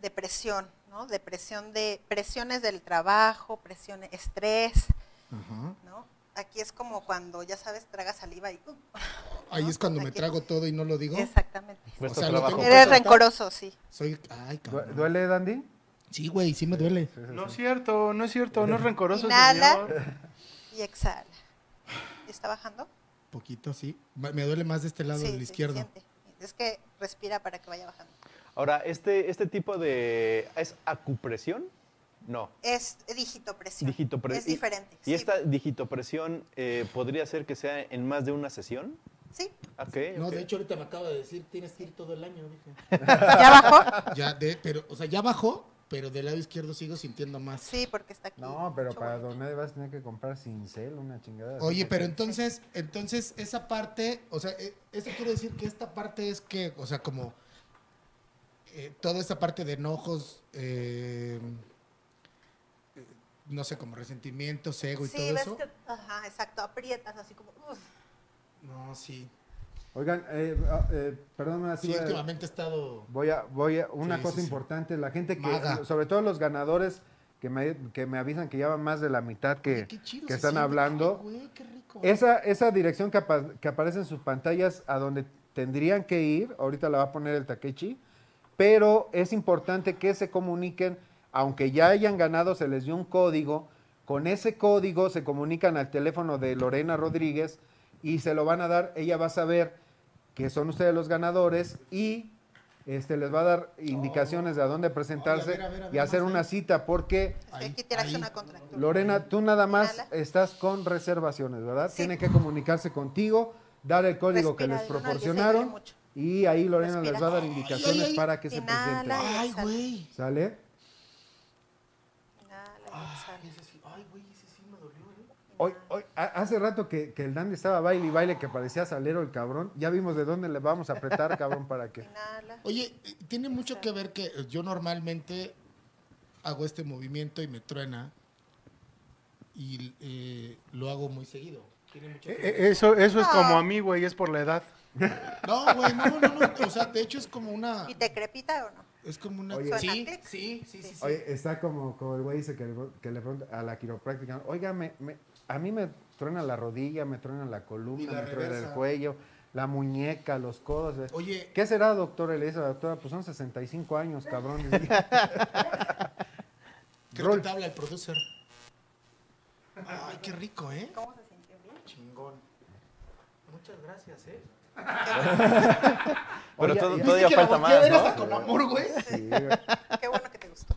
S9: depresión, ¿no? Depresión de presiones del trabajo, presiones, estrés,
S3: Ajá.
S9: ¿no? Aquí es como cuando, ya sabes, tragas saliva y... uh,
S3: Ahí es cuando me
S9: Aquí.
S3: trago todo y no lo digo.
S9: Exactamente.
S5: Cuesta
S3: lo
S5: trabajo.
S3: tengo que
S9: Eres
S3: tratar.
S9: rencoroso, sí.
S3: Soy. Ay, cabrón.
S4: ¿duele, Dandy?
S3: Sí, güey, sí me duele.
S6: No es cierto, no es cierto, no es rencoroso. ese
S9: Inhala.
S6: señor.
S9: Y exhala. ¿Y ¿Está bajando?
S3: Poquito, sí. Va- Me duele más de este lado
S9: sí,
S3: del
S9: sí,
S3: izquierdo.
S9: siente. Es que respira para que vaya bajando.
S5: Ahora, este, este tipo de... ¿Es acupresión? No.
S9: Es digitopresión.
S5: Digitopre-
S9: Es
S5: y-
S9: diferente.
S5: ¿Y
S9: sí.
S5: esta digitopresión eh, podría ser que sea en más de una sesión?
S9: Sí.
S5: Ok,
S3: No,
S5: ok.
S3: de hecho, ahorita me acaba de decir, tienes que ir todo el año, dije.
S9: ¿Ya bajó?
S3: (laughs) Ya, de, pero, o sea, ya bajó, pero del lado izquierdo sigo sintiendo más.
S9: Sí, porque está aquí.
S4: No, pero
S9: mucho
S4: para
S9: huevo.
S4: donar vas a tener que comprar cincel, una chingada. así
S3: Oye,
S4: que-
S3: pero entonces, entonces esa parte, o sea, eh, eso quiere decir que esta parte es que, o sea, como eh, toda esta parte de enojos, eh, eh, no sé, como resentimientos, ego y
S9: Sí,
S3: todo
S9: ves
S3: eso.
S9: que, ajá, exacto, aprietas así como, uf,
S3: No, sí.
S4: Oigan, eh, ah, eh, perdón, así
S3: Sí,
S4: voy a-
S3: últimamente he estado.
S4: voy a, voy a, una
S3: Sí,
S4: cosa
S3: sí, sí.
S4: importante, la gente que,
S3: Maga.
S4: sobre todo los ganadores que me, que me avisan que ya van más de la mitad que,
S3: Qué chido
S4: que
S3: se
S4: están
S3: siente. Ay,
S4: hablando.
S3: güey, qué rico.
S4: Esa, esa dirección que, apa- que aparece en sus pantallas a donde tendrían que ir, ahorita la va a poner el Takechi, pero es importante que se comuniquen, aunque ya hayan ganado, se les dio un código, con ese código se comunican al teléfono de Lorena Rodríguez y se lo van a dar, ella va a saber que son ustedes los ganadores y este, les va a dar indicaciones de a dónde presentarse
S3: ver, a ver, a
S4: y
S3: ver,
S4: hacer
S3: más,
S4: una
S3: ¿eh?
S4: cita, porque...
S9: estoy
S3: Ahí,
S9: aquí tienes
S3: ahí.
S9: una contractura.
S4: Lorena, tú nada más
S9: Inhala.
S4: estás con reservaciones, ¿verdad?
S9: Sí.
S4: Tienen que comunicarse contigo, dar el código que
S9: Respira,
S4: les
S9: del uno al diez, ahí duele
S4: proporcionaron
S9: mucho.
S4: y ahí Lorena les
S9: Respira.
S4: va a dar indicaciones
S3: Ay, ay, ay.
S4: para que se
S9: Inhala.
S4: presenten.
S3: Ay, güey.
S4: ¿Sale?
S9: Inhala
S4: Ah,
S9: y exhala.
S3: Ay, güey, ese sí me dolió, ¿eh?
S4: Hoy, hoy- ha- hace rato que, que el Dandy estaba baile y baile que parecía salero el cabrón. Ya vimos de dónde le vamos a apretar, cabrón, para que...
S9: Inhala.
S3: Oye, eh, tiene mucho que ver que eh, yo normalmente hago este movimiento y me truena y eh, lo hago muy seguido. Tiene mucho que
S6: Eh,
S3: ver.
S6: eh, Eso, eso es
S3: Ah.
S6: como a mí, güey, es por la edad.
S3: No, güey, no, no, no. O sea, de hecho es como
S4: Ah.
S3: una.
S9: ¿Y te crepita o no?
S3: Es como una.
S4: Oye.
S3: Sí,
S9: Suena.
S3: sí, sí, sí. sí.
S4: Oye, está como, como el güey dice que, le- que le pregunta a la quiropráctica, oiga, me- me- a mí me truena la rodilla, me truena la
S3: Y
S4: columna,
S3: la
S4: me truena el
S3: reversa.
S4: cuello, la muñeca, los codos. eh.
S3: Oye,
S4: ¿Qué será, doctora? Y Le dice la doctora, pues son 65 años, cabrón. Dice,
S3: creo
S4: Rol.
S3: que te habla el producer. Ay, qué rico, ¿eh?
S9: ¿Cómo se sintió? ¿Bien?
S3: Chingón. Muchas gracias, ¿eh?
S5: Pero
S4: Oye,
S5: to-
S4: y-
S5: todavía falta más,
S3: Era
S5: ¿no?
S3: hasta con amor, güey.
S4: sí, güey.
S9: Qué bueno que te gustó.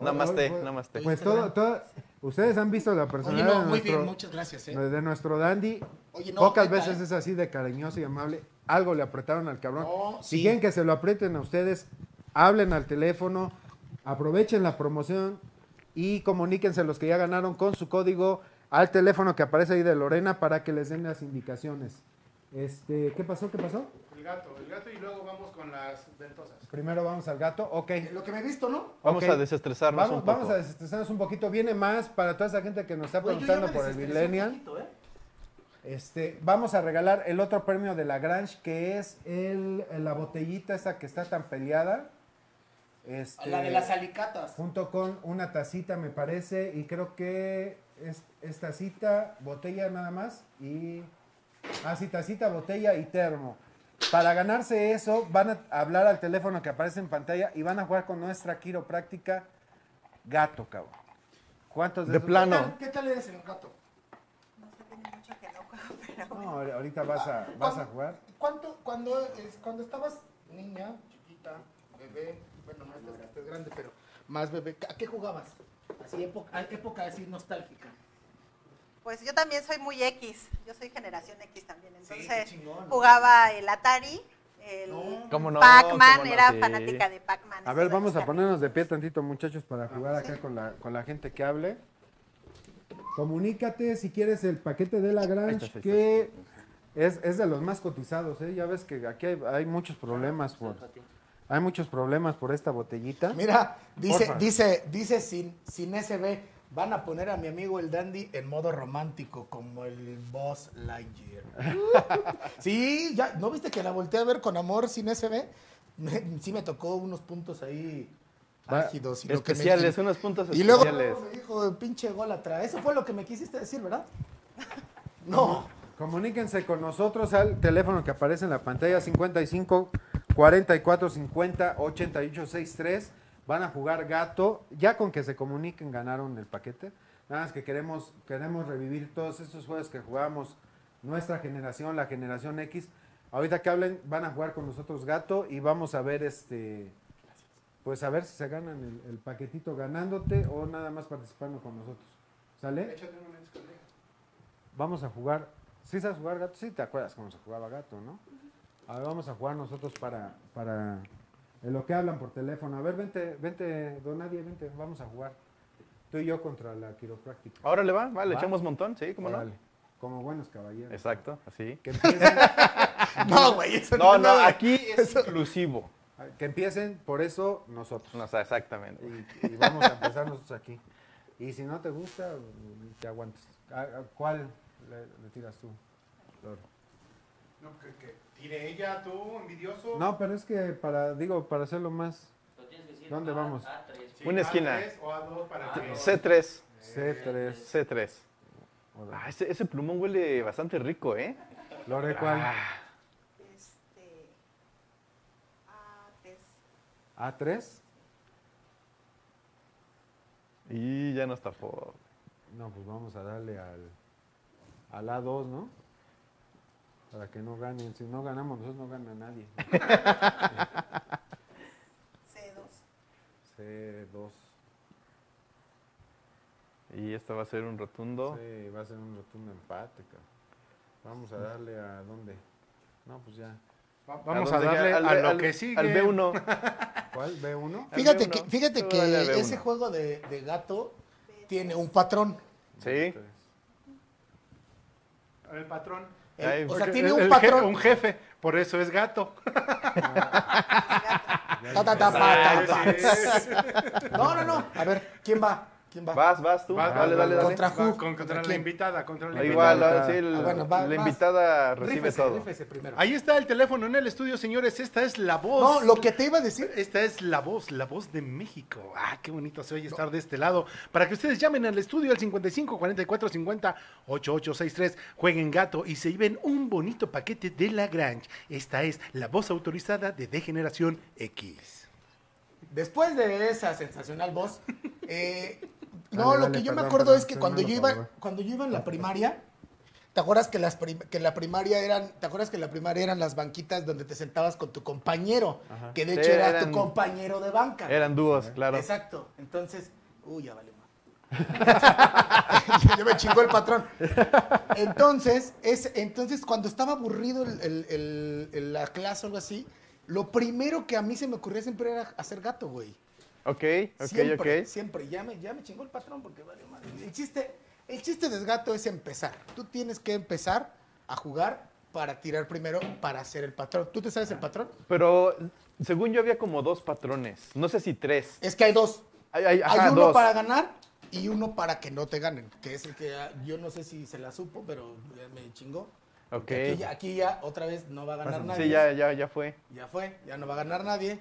S5: Namaste,
S4: Oye, oye,
S5: namaste.
S4: Pues todo, todo- ustedes han visto la
S3: Oye,
S4: personalidad
S3: no,
S4: de,
S3: muy bien,
S4: nuestro,
S3: muchas gracias, ¿eh?
S4: de nuestro dandy.
S3: Oye, no,
S4: Pocas
S3: neta,
S4: veces
S3: ¿eh?
S4: es así de cariñoso y amable. Algo le apretaron al cabrón.
S3: No,
S4: Si
S3: sí.
S4: quieren que se lo aprieten a ustedes, hablen al teléfono, aprovechen la promoción y comuníquense los que ya ganaron con su código al teléfono que aparece ahí de Lorena para que les den las indicaciones. Este, ¿qué pasó? ¿Qué pasó?
S6: El gato, el gato y luego vamos con las ventosas.
S4: Primero vamos al gato. Ok.
S3: Eh, Lo que me he visto, ¿no?
S5: Vamos
S4: Ok.
S5: a desestresarnos
S4: Vamos,
S5: un poco.
S4: vamos a desestresarnos un poquito. Viene más para toda esa gente que nos está
S3: Güey, yo ya
S4: preguntando
S3: me
S4: por el
S3: desestresé un
S4: Millennial.
S3: poquito, ¿eh?
S4: Este, vamos a regalar el otro premio de Lagrange, que es el, la botellita esa que está tan peleada. Este,
S3: La de las alicatas.
S4: junto con una tacita, me parece, y creo que es, es tacita, botella nada más, y Así, tacita, botella y termo. Para ganarse eso, van a hablar al teléfono que aparece en pantalla y van a jugar con nuestra quiropráctica gato, cabrón. ¿Cuántos de,
S5: De
S4: esos-
S5: plano.
S3: tal- ¿Qué tal eres en el gato?
S4: No, ahorita vas
S3: Ah,
S4: a, vas a jugar.
S3: ¿Cuánto, cuando, es, cuando estabas niña, chiquita, bebé, bueno, no estás, estás grande, pero más bebé, ¿a qué jugabas? Así, época, a- época así nostálgica.
S9: Pues yo también soy muy X, yo soy generación X también, entonces
S3: chingón.
S9: jugaba el Atari, el
S5: ¿Cómo no?
S9: Pac-Man,
S5: ¿Cómo no?
S9: era
S5: Sí.
S9: fanática de Pac-Man.
S4: A ver, vamos a ponernos de pie tantito, muchachos, para
S5: Ah,
S4: jugar acá con la, con la gente que hable. Comunícate si quieres el paquete de la
S5: Ahí está, ahí
S4: que es, es de los más cotizados, ¿eh? Ya ves que aquí hay, hay muchos problemas por... Hay muchos problemas por esta botellita.
S3: Mira, dice,
S4: Porfa.
S3: dice, dice sin, sin SB, van a poner a mi amigo el Dandy en modo romántico, como el Boss Lightyear. (laughs) sí, ya, ¿no viste que la volteé a ver con amor sin SB? Me- sí me tocó unos puntos ahí
S5: Va,
S3: álgidos. Y lo que me-
S5: Especiales, unos puntos
S3: Y luego (laughs)
S5: especiales.
S3: me dijo, pinche gol atrás. Eso fue lo que me quisiste decir, ¿verdad? No.
S4: Comuníquense con nosotros al teléfono que aparece en la pantalla 55 44 50 88 63. Van a jugar gato. Ya con que se comuniquen ganaron el paquete. Nada más que queremos, queremos revivir todos estos juegos que jugábamos nuestra generación, la generación X. Ahorita que hablen, van a jugar con nosotros gato y vamos a ver este. Pues a ver si se ganan el, el paquetito ganándote o nada más participando con nosotros. ¿Sale? Vamos a jugar. ¿Sí sabes jugar gato? Sí, te acuerdas cómo se jugaba gato, ¿no? A ver, vamos a jugar nosotros para, para en lo que hablan por teléfono. A ver, vente, vente, don Nadie, vente, vamos a jugar. Tú y yo contra la quiropráctica.
S5: Ahora le va, va, le
S4: ¿Va?
S5: echamos montón, sí, cómo
S4: Órale.
S5: no.
S4: Como buenos caballeros.
S5: Exacto, así.
S4: Que empiecen,
S3: No, güey, eso
S5: No,
S3: es
S5: no,
S3: nada.
S5: aquí es exclusivo.
S4: que empiecen por eso nosotros.
S5: No, o sea, exactamente.
S4: Y, y vamos a empezar nosotros aquí. Y si no te gusta, te aguantas. ¿A- a ¿Cuál le, le tiras tú? Loro?
S12: No, que, que tire ella, tú, envidioso.
S4: No, pero es que para, digo, para hacerlo más. ¿Dónde vamos?
S12: Sí,
S5: Una
S12: a
S5: esquina.
S12: tres o a dos para que-
S5: C3,
S4: C3.
S5: C3. Ah, ese, ese plumón huele bastante rico, ¿eh?
S4: Lore, ¿cuál?
S9: Este, ah, pues,
S4: ¿A3?
S5: Y ya nos tapó.
S4: No, pues vamos a darle al, al A2, ¿no? Para que no ganen. Si no ganamos, nosotros no gana nadie.
S9: C2.
S4: C2.
S5: Y esto va a ser un rotundo.
S4: Sí, va a ser un rotundo empate, cabrón. Vamos a darle a dónde. No, pues ya.
S6: Vamos a
S5: dónde?
S6: darle
S5: Al-
S6: a
S5: al-
S6: lo
S5: al-
S6: que sigue.
S5: Al B1.
S4: ¿Cuál? ¿B1?
S5: Al
S3: Fíjate
S5: B1.
S3: que, fíjate
S5: Tú
S3: que
S5: dale al B1.
S3: ese juego de, de gato tiene un patrón.
S5: Sí.
S4: Tres.
S12: El patrón.
S3: El-
S5: Ahí,
S3: o sea,
S6: Porque
S3: tiene
S6: el-
S3: un
S6: el
S3: patrón.
S6: jefe- un jefe, por eso es gato.
S3: Ta, ta, ta, pa, ta, pa.
S12: Es-
S3: No, no, no. A ver, ¿quién va? ¿Quién va?
S5: Vas, vas tú.
S6: Vas,
S5: dale,
S6: vas,
S5: dale, dale.
S6: vas.
S3: Contra
S6: Va
S3: Ju.
S6: con- Contra,
S3: ¿Contra
S6: la
S3: quién?
S6: invitada, contra la
S5: Ah,
S6: invitada.
S5: Igual, ahora sí, el-
S3: Ah, bueno, va,
S5: la
S3: vas.
S5: invitada recibe
S3: Rífese,
S5: todo.
S3: rífese primero.
S6: Ahí está el teléfono en el estudio, señores. Esta es la voz.
S3: No, lo que te iba a decir.
S6: Esta es la voz, la voz de México. Ah, qué bonito se oye estar de este lado. Para que ustedes llamen al estudio al 55 44 50 8863, jueguen gato y se lleven un bonito paquete de Lagrange. Esta es la voz autorizada de Degeneración X.
S3: Después de esa sensacional voz, eh, no,
S4: Dale,
S3: lo
S4: dale,
S3: que yo
S4: perdón,
S3: me acuerdo
S4: perdón,
S3: es que
S4: perdón,
S3: cuando yo
S4: por
S3: iba,
S4: favor. pues.
S3: cuando yo iba en la primaria, ¿te acuerdas que las prim- que la primaria eran, te acuerdas que la primaria eran las banquitas donde te sentabas con tu compañero, que de
S5: Sí,
S3: hecho era
S5: eran-
S3: tu compañero de banca?
S5: Eran dúos, claro.
S3: Exacto. Entonces, uy, ya vale más. (laughs) ya me chingó el patrón. Entonces, es, entonces cuando estaba aburrido el- el- el- el- la clase o algo así, lo primero que a mí se me ocurría siempre era hacer gato, güey.
S5: Ok, ok,
S3: siempre,
S5: ok.
S3: siempre. Ya me, ya me chingó el patrón porque vale más. El chiste, el chiste del gato es empezar. Tú tienes que empezar a jugar para tirar primero para hacer el patrón. ¿Tú te sabes el patrón?
S5: Pero según yo había como dos patrones. No sé si tres.
S3: Es que hay dos.
S5: Hay, hay- ajá,
S3: Hay uno
S5: dos.
S3: para ganar y uno para que no te ganen, que es el que ah, yo no sé si se la supo, pero ya me chingó. Porque
S5: Ok.
S3: Aquí, ya, aquí ya otra vez no va a ganar nadie.
S5: Sí, ya, ya, ya fue.
S3: Ya fue, ya no va a ganar nadie.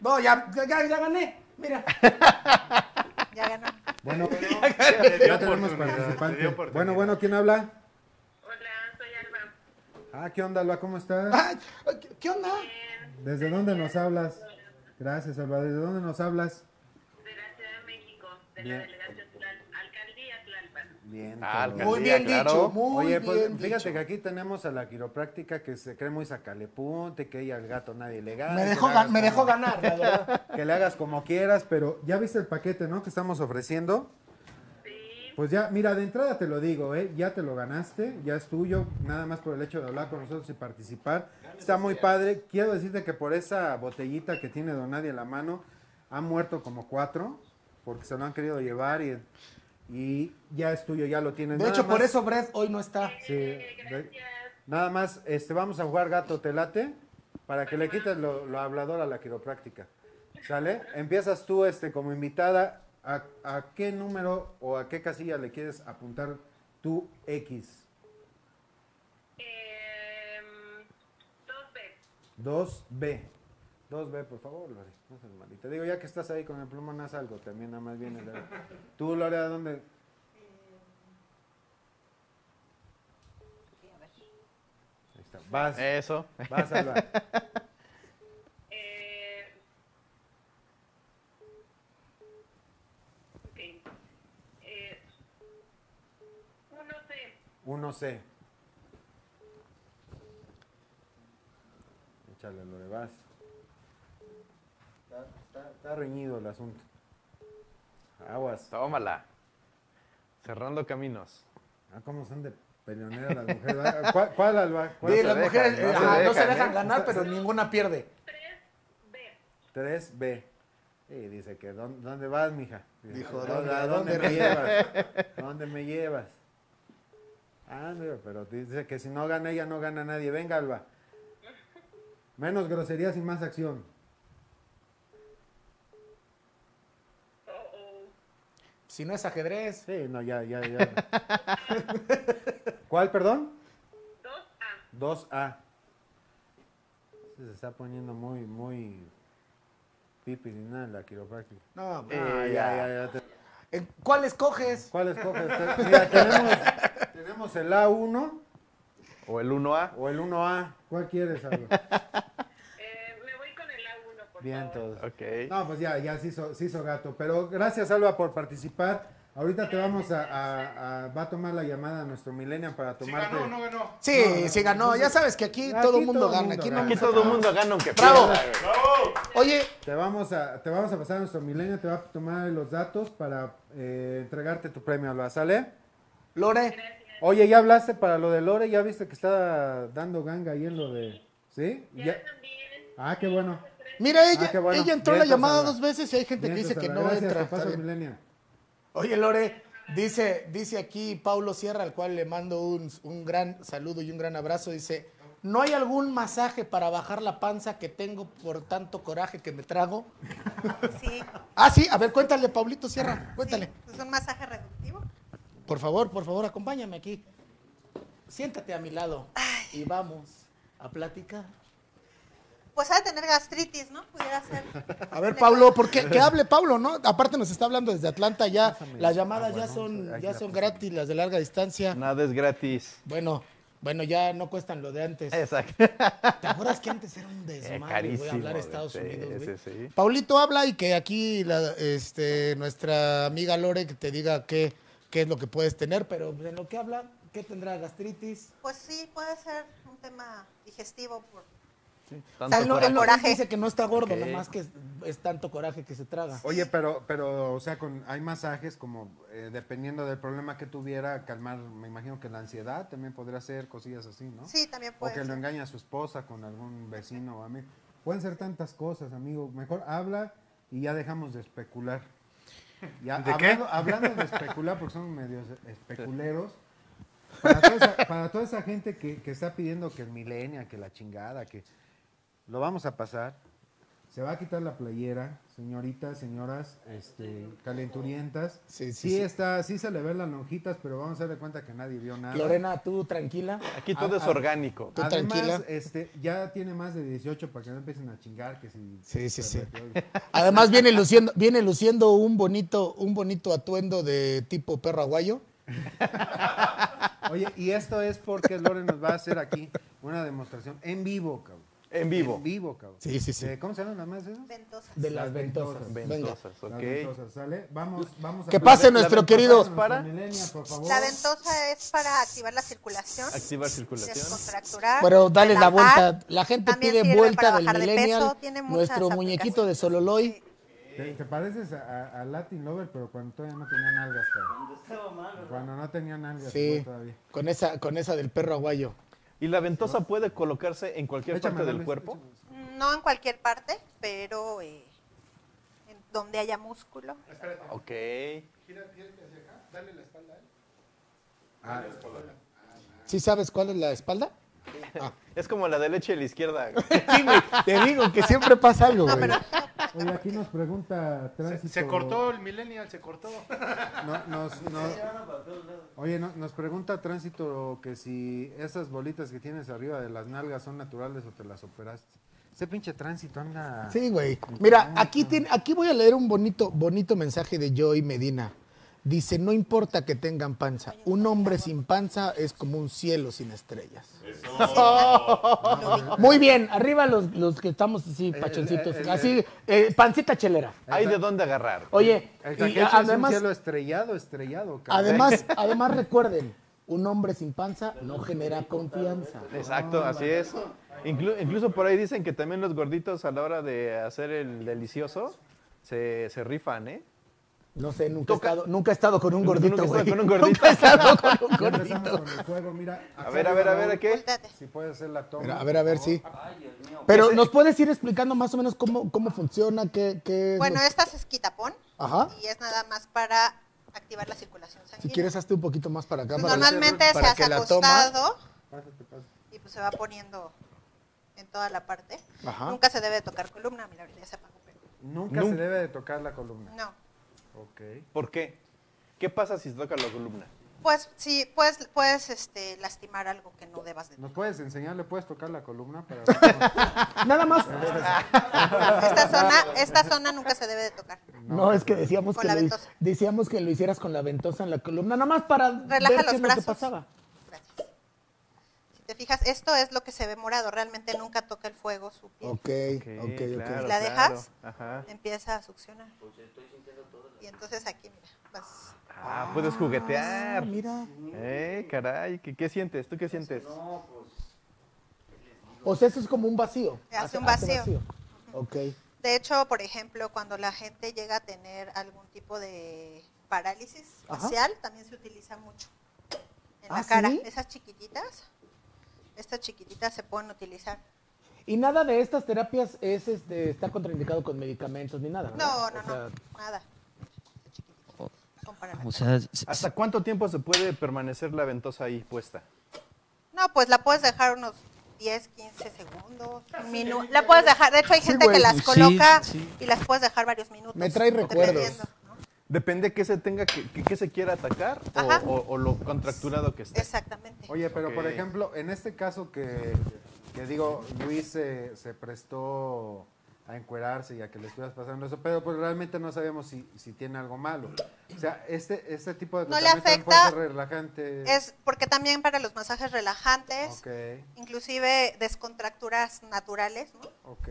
S3: No, ya, ya, ya, ya gané. Mira, (laughs)
S9: Ya ganó.
S4: (laughs) Bueno,
S6: Le dio
S4: ya tenemos
S6: oportunidad, le dio
S4: participante.
S6: oportunidad.
S4: Bueno, bueno, ¿quién habla?
S8: Hola, soy Alba.
S4: Ah, ¿qué onda, Alba? ¿Cómo estás?
S3: ¿Qué onda?
S4: ¿Desde dónde nos hablas? Gracias, Alba. ¿Desde dónde nos hablas? De la Ciudad de México, de la
S5: Alcaldía
S4: Delegación Alcaldía Tlalpan. Bien,
S5: Muy bien claro. dicho, muy
S4: Ah, Oye, pues
S5: bien
S4: fíjate
S5: dicho.
S4: que aquí tenemos a la quiropráctica que se cree muy sacalepunte, que ella al gato nadie le gana.
S3: Me
S4: que
S3: dejó
S4: le
S3: ga-
S4: hagas
S3: me
S4: como-
S3: dejó ganar, la verdad.
S4: Que le hagas como quieras, pero ya viste el paquete, ¿no? Que estamos ofreciendo. Pues ya, mira, de entrada te lo digo, ¿eh? ya te lo ganaste, ya es tuyo, nada más por el hecho de hablar con nosotros y participar. Está muy padre. Quiero decirte que por esa botellita que tiene Donadi en la mano, han muerto como cuatro, porque se lo han querido llevar y, y ya es tuyo, ya lo tienen.
S3: De
S4: Nada
S3: hecho, por
S4: más-
S3: eso Brett hoy no está.
S4: Sí, de- nada más, este, vamos a jugar gato telate para que le quites lo, lo hablador a la quiropráctica. ¿Sale? Empiezas tú este, como invitada. ¿A, a qué número o a qué casilla le quieres apuntar tu X? Dos 2B. 2B, por favor, Lore. No seas mal. Y te digo, ya que estás ahí con el plumón, haz algo. También nada más viene. Lore. Tú, Lore, ¿a dónde? Ahí está. Vas.
S5: Eso.
S4: Vas a hablar. Uno C. Échale, Lore, vas. Está, está- está reñido el asunto. Aguas.
S5: Tómala. Cerrando caminos.
S4: Ah, ¿Cómo son de peleoneras las mujeres? Ah, ¿Cuál, cuál Alba? ¿Cuál?
S3: Sí, las mujeres eh, ajá, no se dejan ganar, pero ninguna pierde.
S4: 3B. Y dice que, "¿Dón- ¿dónde vas, mija? Dice,
S3: Dijo,
S4: "¿A
S3: "¿Dónde-
S4: ¿a
S3: dónde
S4: dónde me
S3: ríes?"
S4: llevas? ¿Dónde me llevas? Ah, no, pero dice que si no gana ella, no gana nadie. Venga, Alba. Menos groserías y más acción.
S3: Si no es ajedrez.
S4: Sí, no, ya, ya, (laughs) ya. ¿Cuál, perdón? 2A. 2A. Se está poniendo muy, muy pipirina la quiropráctica.
S3: No,
S5: Eh,
S4: Ah, ya, ya, ya. te-
S3: ¿En ¿Cuál escoges?
S4: ¿Cuál escoges? Te- Mira, tenemos, tenemos el A1
S5: O el 1A.
S4: o el 1A. ¿Cuál quieres, Alba? Bien, todos.
S5: Ok.
S4: No, pues ya, ya se hizo, se hizo gato. Pero gracias, Alba, por participar. Ahorita te vamos a, a- a- Va a tomar la llamada a nuestro Millennium para tomarte.
S6: ganó o no ganó?
S3: Sí,
S4: No, no,
S3: sí ganó.
S4: no, no.
S3: ya sabes que aquí,
S4: Aquí
S3: todo el mundo
S4: todo
S3: gana.
S4: mundo
S3: aquí no
S4: gana.
S3: nos
S5: Aquí todo el
S3: acabamos.
S5: mundo gana aunque
S3: ¡Bravo!
S5: pierda, güey.
S3: Oye,
S4: Te vamos a, te vamos a pasar a nuestro milenio, te va a tomar los datos para eh, entregarte tu premio, Alba, ¿sale?
S3: Lore,
S4: Oye, ya hablaste para lo de Lore, ya viste que está dando ganga ahí en lo de. ¿Sí? Ya- Ah, qué bueno.
S3: mira ella,
S4: Ah, qué bueno.
S3: ella entró
S4: Bien,
S3: la llamada
S4: Alba.
S3: dos veces y hay gente que
S4: Vientos,
S3: dice que no
S4: Alba, gracias,
S3: entra.
S4: te paso
S3: Está
S4: el
S3: bien.
S4: milenio.
S3: Oye, Lore, dice, dice aquí Paulo Sierra, al cual le mando un, un gran saludo y un gran abrazo. Dice, ¿no hay algún masaje para bajar la panza que tengo por tanto coraje que me trago?
S9: Sí,
S3: Ah, sí, a ver, cuéntale, Paulito Sierra, cuéntale.
S9: es pues, un masaje reductivo.
S3: Por favor, por favor, acompáñame aquí. Siéntate a mi lado y vamos a platicar.
S9: Pues ha de tener gastritis, ¿no? Pudiera
S12: (laughs)
S9: ser.
S3: A ver, Pablo, porque que hable Pablo, ¿no? Aparte nos está hablando desde Atlanta ya. Las
S5: "Ah,
S3: llamadas ya
S5: pues,
S3: son, ya son gratis, las de larga distancia.
S5: Nada es gratis.
S3: Bueno, bueno, ya no cuestan lo de antes.
S5: Exacto.
S3: ¿Te acuerdas que antes era un desmadre? Voy a hablar de Estados
S5: Eh, güey.
S3: Unidos, güey.
S5: Sí, sí, sí.
S3: Paulito habla y que aquí la, este, nuestra amiga Lore que te diga qué, qué es lo que puedes tener, pero pues, en lo que habla, ¿qué tendrá? ¿Gastritis?
S9: Pues sí, puede ser un tema digestivo. Por...
S5: Tanto
S9: Salud,
S5: coraje.
S9: el coraje.
S3: Dice que no está gordo,
S5: Ok.
S3: nada más que es, es tanto coraje que se traga.
S4: Oye, pero, pero, o sea, con, hay masajes como, eh, dependiendo del problema que tuviera, calmar, me imagino que la ansiedad también podría ser cosillas así, ¿no?
S9: Sí, también
S4: O
S9: puede
S4: que
S9: ser.
S4: lo engañe a su esposa con algún vecino o amigo. Pueden ser tantas cosas, amigo. Mejor habla y ya dejamos de especular. Ya,
S6: ¿De qué?
S4: hablando, hablando de especular, porque somos medios especuleros. Para toda esa, para toda esa gente que, que está pidiendo que el milenia, que la chingada, que lo vamos a pasar. Se va a quitar la playera, señoritas, señoras, este, calenturientas.
S3: Sí, sí,
S4: Sí,
S3: sí.
S4: está, sí se le ven las lonjitas, pero vamos a dar de cuenta que nadie vio
S5: Ah.
S4: nada.
S3: Lorena, tú tranquila.
S5: Aquí todo
S4: Ah,
S5: es
S4: ah.
S5: orgánico.
S3: Tú
S4: Además,
S3: tranquila.
S4: este, ya tiene más de 18 para que no empiecen a chingar que si...
S3: Sí, sí, sí. Además viene luciendo, viene luciendo un bonito, un bonito atuendo de tipo perro aguayo.
S4: Oye, y esto es porque Lore nos va a hacer aquí una demostración en vivo, cabrón.
S5: En vivo.
S4: En vivo, cabrón.
S12: Sí, sí, sí.
S4: De- ¿Cómo se llaman las más esas?
S9: Ventosas.
S7: De las ventosas.
S5: Venga. Ventosas,
S4: Las
S5: Pues, ok.
S4: ventosas, ¿sale? Vamos, vamos a...
S12: Que pase
S4: La
S12: nuestro
S4: ventosa
S12: querido-
S4: es nuestra milenia, por favor.
S9: La ventosa es para activar la circulación,
S5: Activar circulación.
S9: descontracturar.
S12: Pero dale la
S9: relajar.
S12: vuelta. La gente
S9: También
S12: pide
S9: sirve
S12: vuelta
S9: para
S12: del
S9: bajar de
S12: millennial.
S9: peso, tiene muchas
S12: Nuestro muñequito de Sololoy.
S4: Te, te pareces a, a- a Latin Lover, pero cuando todavía no tenían algas, cabrón. Cuando no tenían algas
S12: Sí.
S4: güey, todavía.
S12: Con esa, con esa del perro aguayo.
S5: ¿Y la ventosa puede colocarse en cualquier
S4: Échame,
S5: parte del
S4: dame,
S5: cuerpo?
S4: échame.
S9: No en cualquier parte, pero eh, en donde haya músculo.
S5: Ok.
S12: ¿Sí sabes cuál es la espalda? (laughs)
S5: Es como la de leche a la izquierda. güey.
S12: Te digo que siempre pasa algo, güey.
S4: Oye, aquí nos pregunta
S6: Se,
S4: Tránsito...
S6: se cortó el millennial, se cortó.
S4: No, nos, no- oye, no- nos pregunta Tránsito que si esas bolitas que tienes arriba de las nalgas son naturales o te las operaste. Ese pinche Tránsito anda...
S12: Sí, güey. Mira, aquí, tiene- aquí voy a leer un bonito, bonito mensaje de Joy Medina. Dice, no importa que tengan panza, un hombre sin panza es como un cielo sin estrellas.
S7: (laughs) Muy bien, arriba los, los que estamos así, pachoncitos.
S4: el- el-
S7: así, eh, pancita chelera.
S5: Hay de dónde agarrar.
S7: Oye,
S4: El
S7: y
S4: Takeshi
S7: a-
S4: es un
S7: además,
S4: cielo estrellado, estrellado, cabrón. (laughs)
S7: además, además recuerden, un hombre sin panza no genera confianza.
S5: Exacto, así es. Inclu- incluso por ahí dicen que también los gorditos a la hora de hacer el delicioso se, se rifan, ¿eh?
S7: No sé, nunca he,
S5: Toca-
S7: estado, nunca he estado con
S4: (laughs)
S7: un
S5: Nunca
S7: gordito,
S5: he estado
S7: güey.
S5: con un gordito.
S7: Nunca he estado con un
S4: Ya
S7: gordito.
S4: empezamos con el juego, mira.
S5: A ver, a ver, a ver, ¿a ¿qué?
S9: Volteate.
S4: Si puedes hacer la toma.
S12: Pero, a ver, a ver,
S4: por favor.
S12: sí. Pero nos puedes ir explicando más o menos cómo, cómo funciona, qué, qué es
S9: Bueno,
S12: lo-
S9: esta es quitapón
S12: Ajá.
S9: y es nada más para activar la circulación
S12: Si
S9: sanguínea.
S12: quieres, hazte un poquito más para acá. para-
S9: Normalmente
S12: para
S9: se
S12: que
S9: hace
S12: la toma-
S9: acostado
S4: Pásate, pásate.
S9: y pues se va poniendo en toda la parte.
S12: Ajá.
S9: Nunca se debe tocar columna, mira, ahorita ya se apagó, pero
S4: Nunca se debe de tocar la columna.
S9: no.
S4: Ok.
S5: ¿Por qué? ¿Qué pasa si se toca la columna?
S9: Pues sí, puedes, puedes este, lastimar algo que no debas de
S4: ¿Nos puedes enseñar? ¿Le puedes tocar la columna?
S7: (laughs)
S4: Para...
S7: Nada
S12: (laughs)
S7: más.
S9: Esta zona, esta zona nunca se debe de tocar.
S7: No, es que decíamos
S9: Con
S7: que,
S9: la
S7: lo,
S9: ventosa.
S7: decíamos que lo hicieras con la ventosa en la columna, nada más para
S9: Relaja
S7: ver
S9: los
S7: qué es lo que
S9: brazos.
S7: pasaba.
S9: Gracias. Si te fijas, esto es lo que se ve morado. Realmente nunca toca el fuego su piel.
S12: Ok, ok, ok.
S5: claro,
S9: ¿La dejas?
S5: Ajá.
S9: Empieza a succionar. Y entonces aquí, mira, vas.
S5: Ah, puedes
S9: Ah,
S5: juguetear.
S7: Mira.
S5: Eh, caray, ¿qué, qué sientes? ¿Tú qué sientes?
S7: O sea, eso es como un vacío.
S9: Hace un vacío.
S7: Ok.
S9: De hecho, por ejemplo, cuando la gente llega a tener algún tipo de parálisis
S7: Ajá.
S9: facial, también se utiliza mucho en
S7: ¿Ah,
S9: la cara.
S7: sí?
S9: Esas chiquititas, estas chiquititas se pueden utilizar.
S7: Y nada de estas terapias es este, está contraindicado con medicamentos ni nada.
S9: No,
S7: ¿verdad?
S9: no,
S7: O sea,
S9: no, nada. Estas chiquititas son para la
S10: O sea, s- s-
S5: ¿Hasta cuánto tiempo se puede permanecer la ventosa ahí puesta?
S9: No, pues la puedes dejar unos 10, 15 segundos, un minu- La puedes dejar, de hecho hay gente que
S12: güey.
S9: las
S10: Sí,
S9: coloca
S10: sí.
S9: y las puedes dejar varios minutos.
S12: Me trae recuerdos.
S9: dependiendo, ¿no?
S5: Depende qué se tenga, que, que- que se quiera atacar o-
S9: Ajá.
S5: o, o lo contracturado que esté.
S9: Exactamente.
S4: Oye, pero por
S5: Ok.
S4: ejemplo, en este caso que, que digo, Luis se, se prestó a encuerarse y a que le estuvieras pasando eso, pero pues realmente no sabemos si, si tiene algo malo. O sea, este, este tipo de
S9: No le
S4: tratamiento también puede
S9: afecta.
S4: ser relajante.
S9: Es porque también para los masajes relajantes,
S4: Ok,
S9: inclusive descontracturas naturales, ¿no?
S4: ok.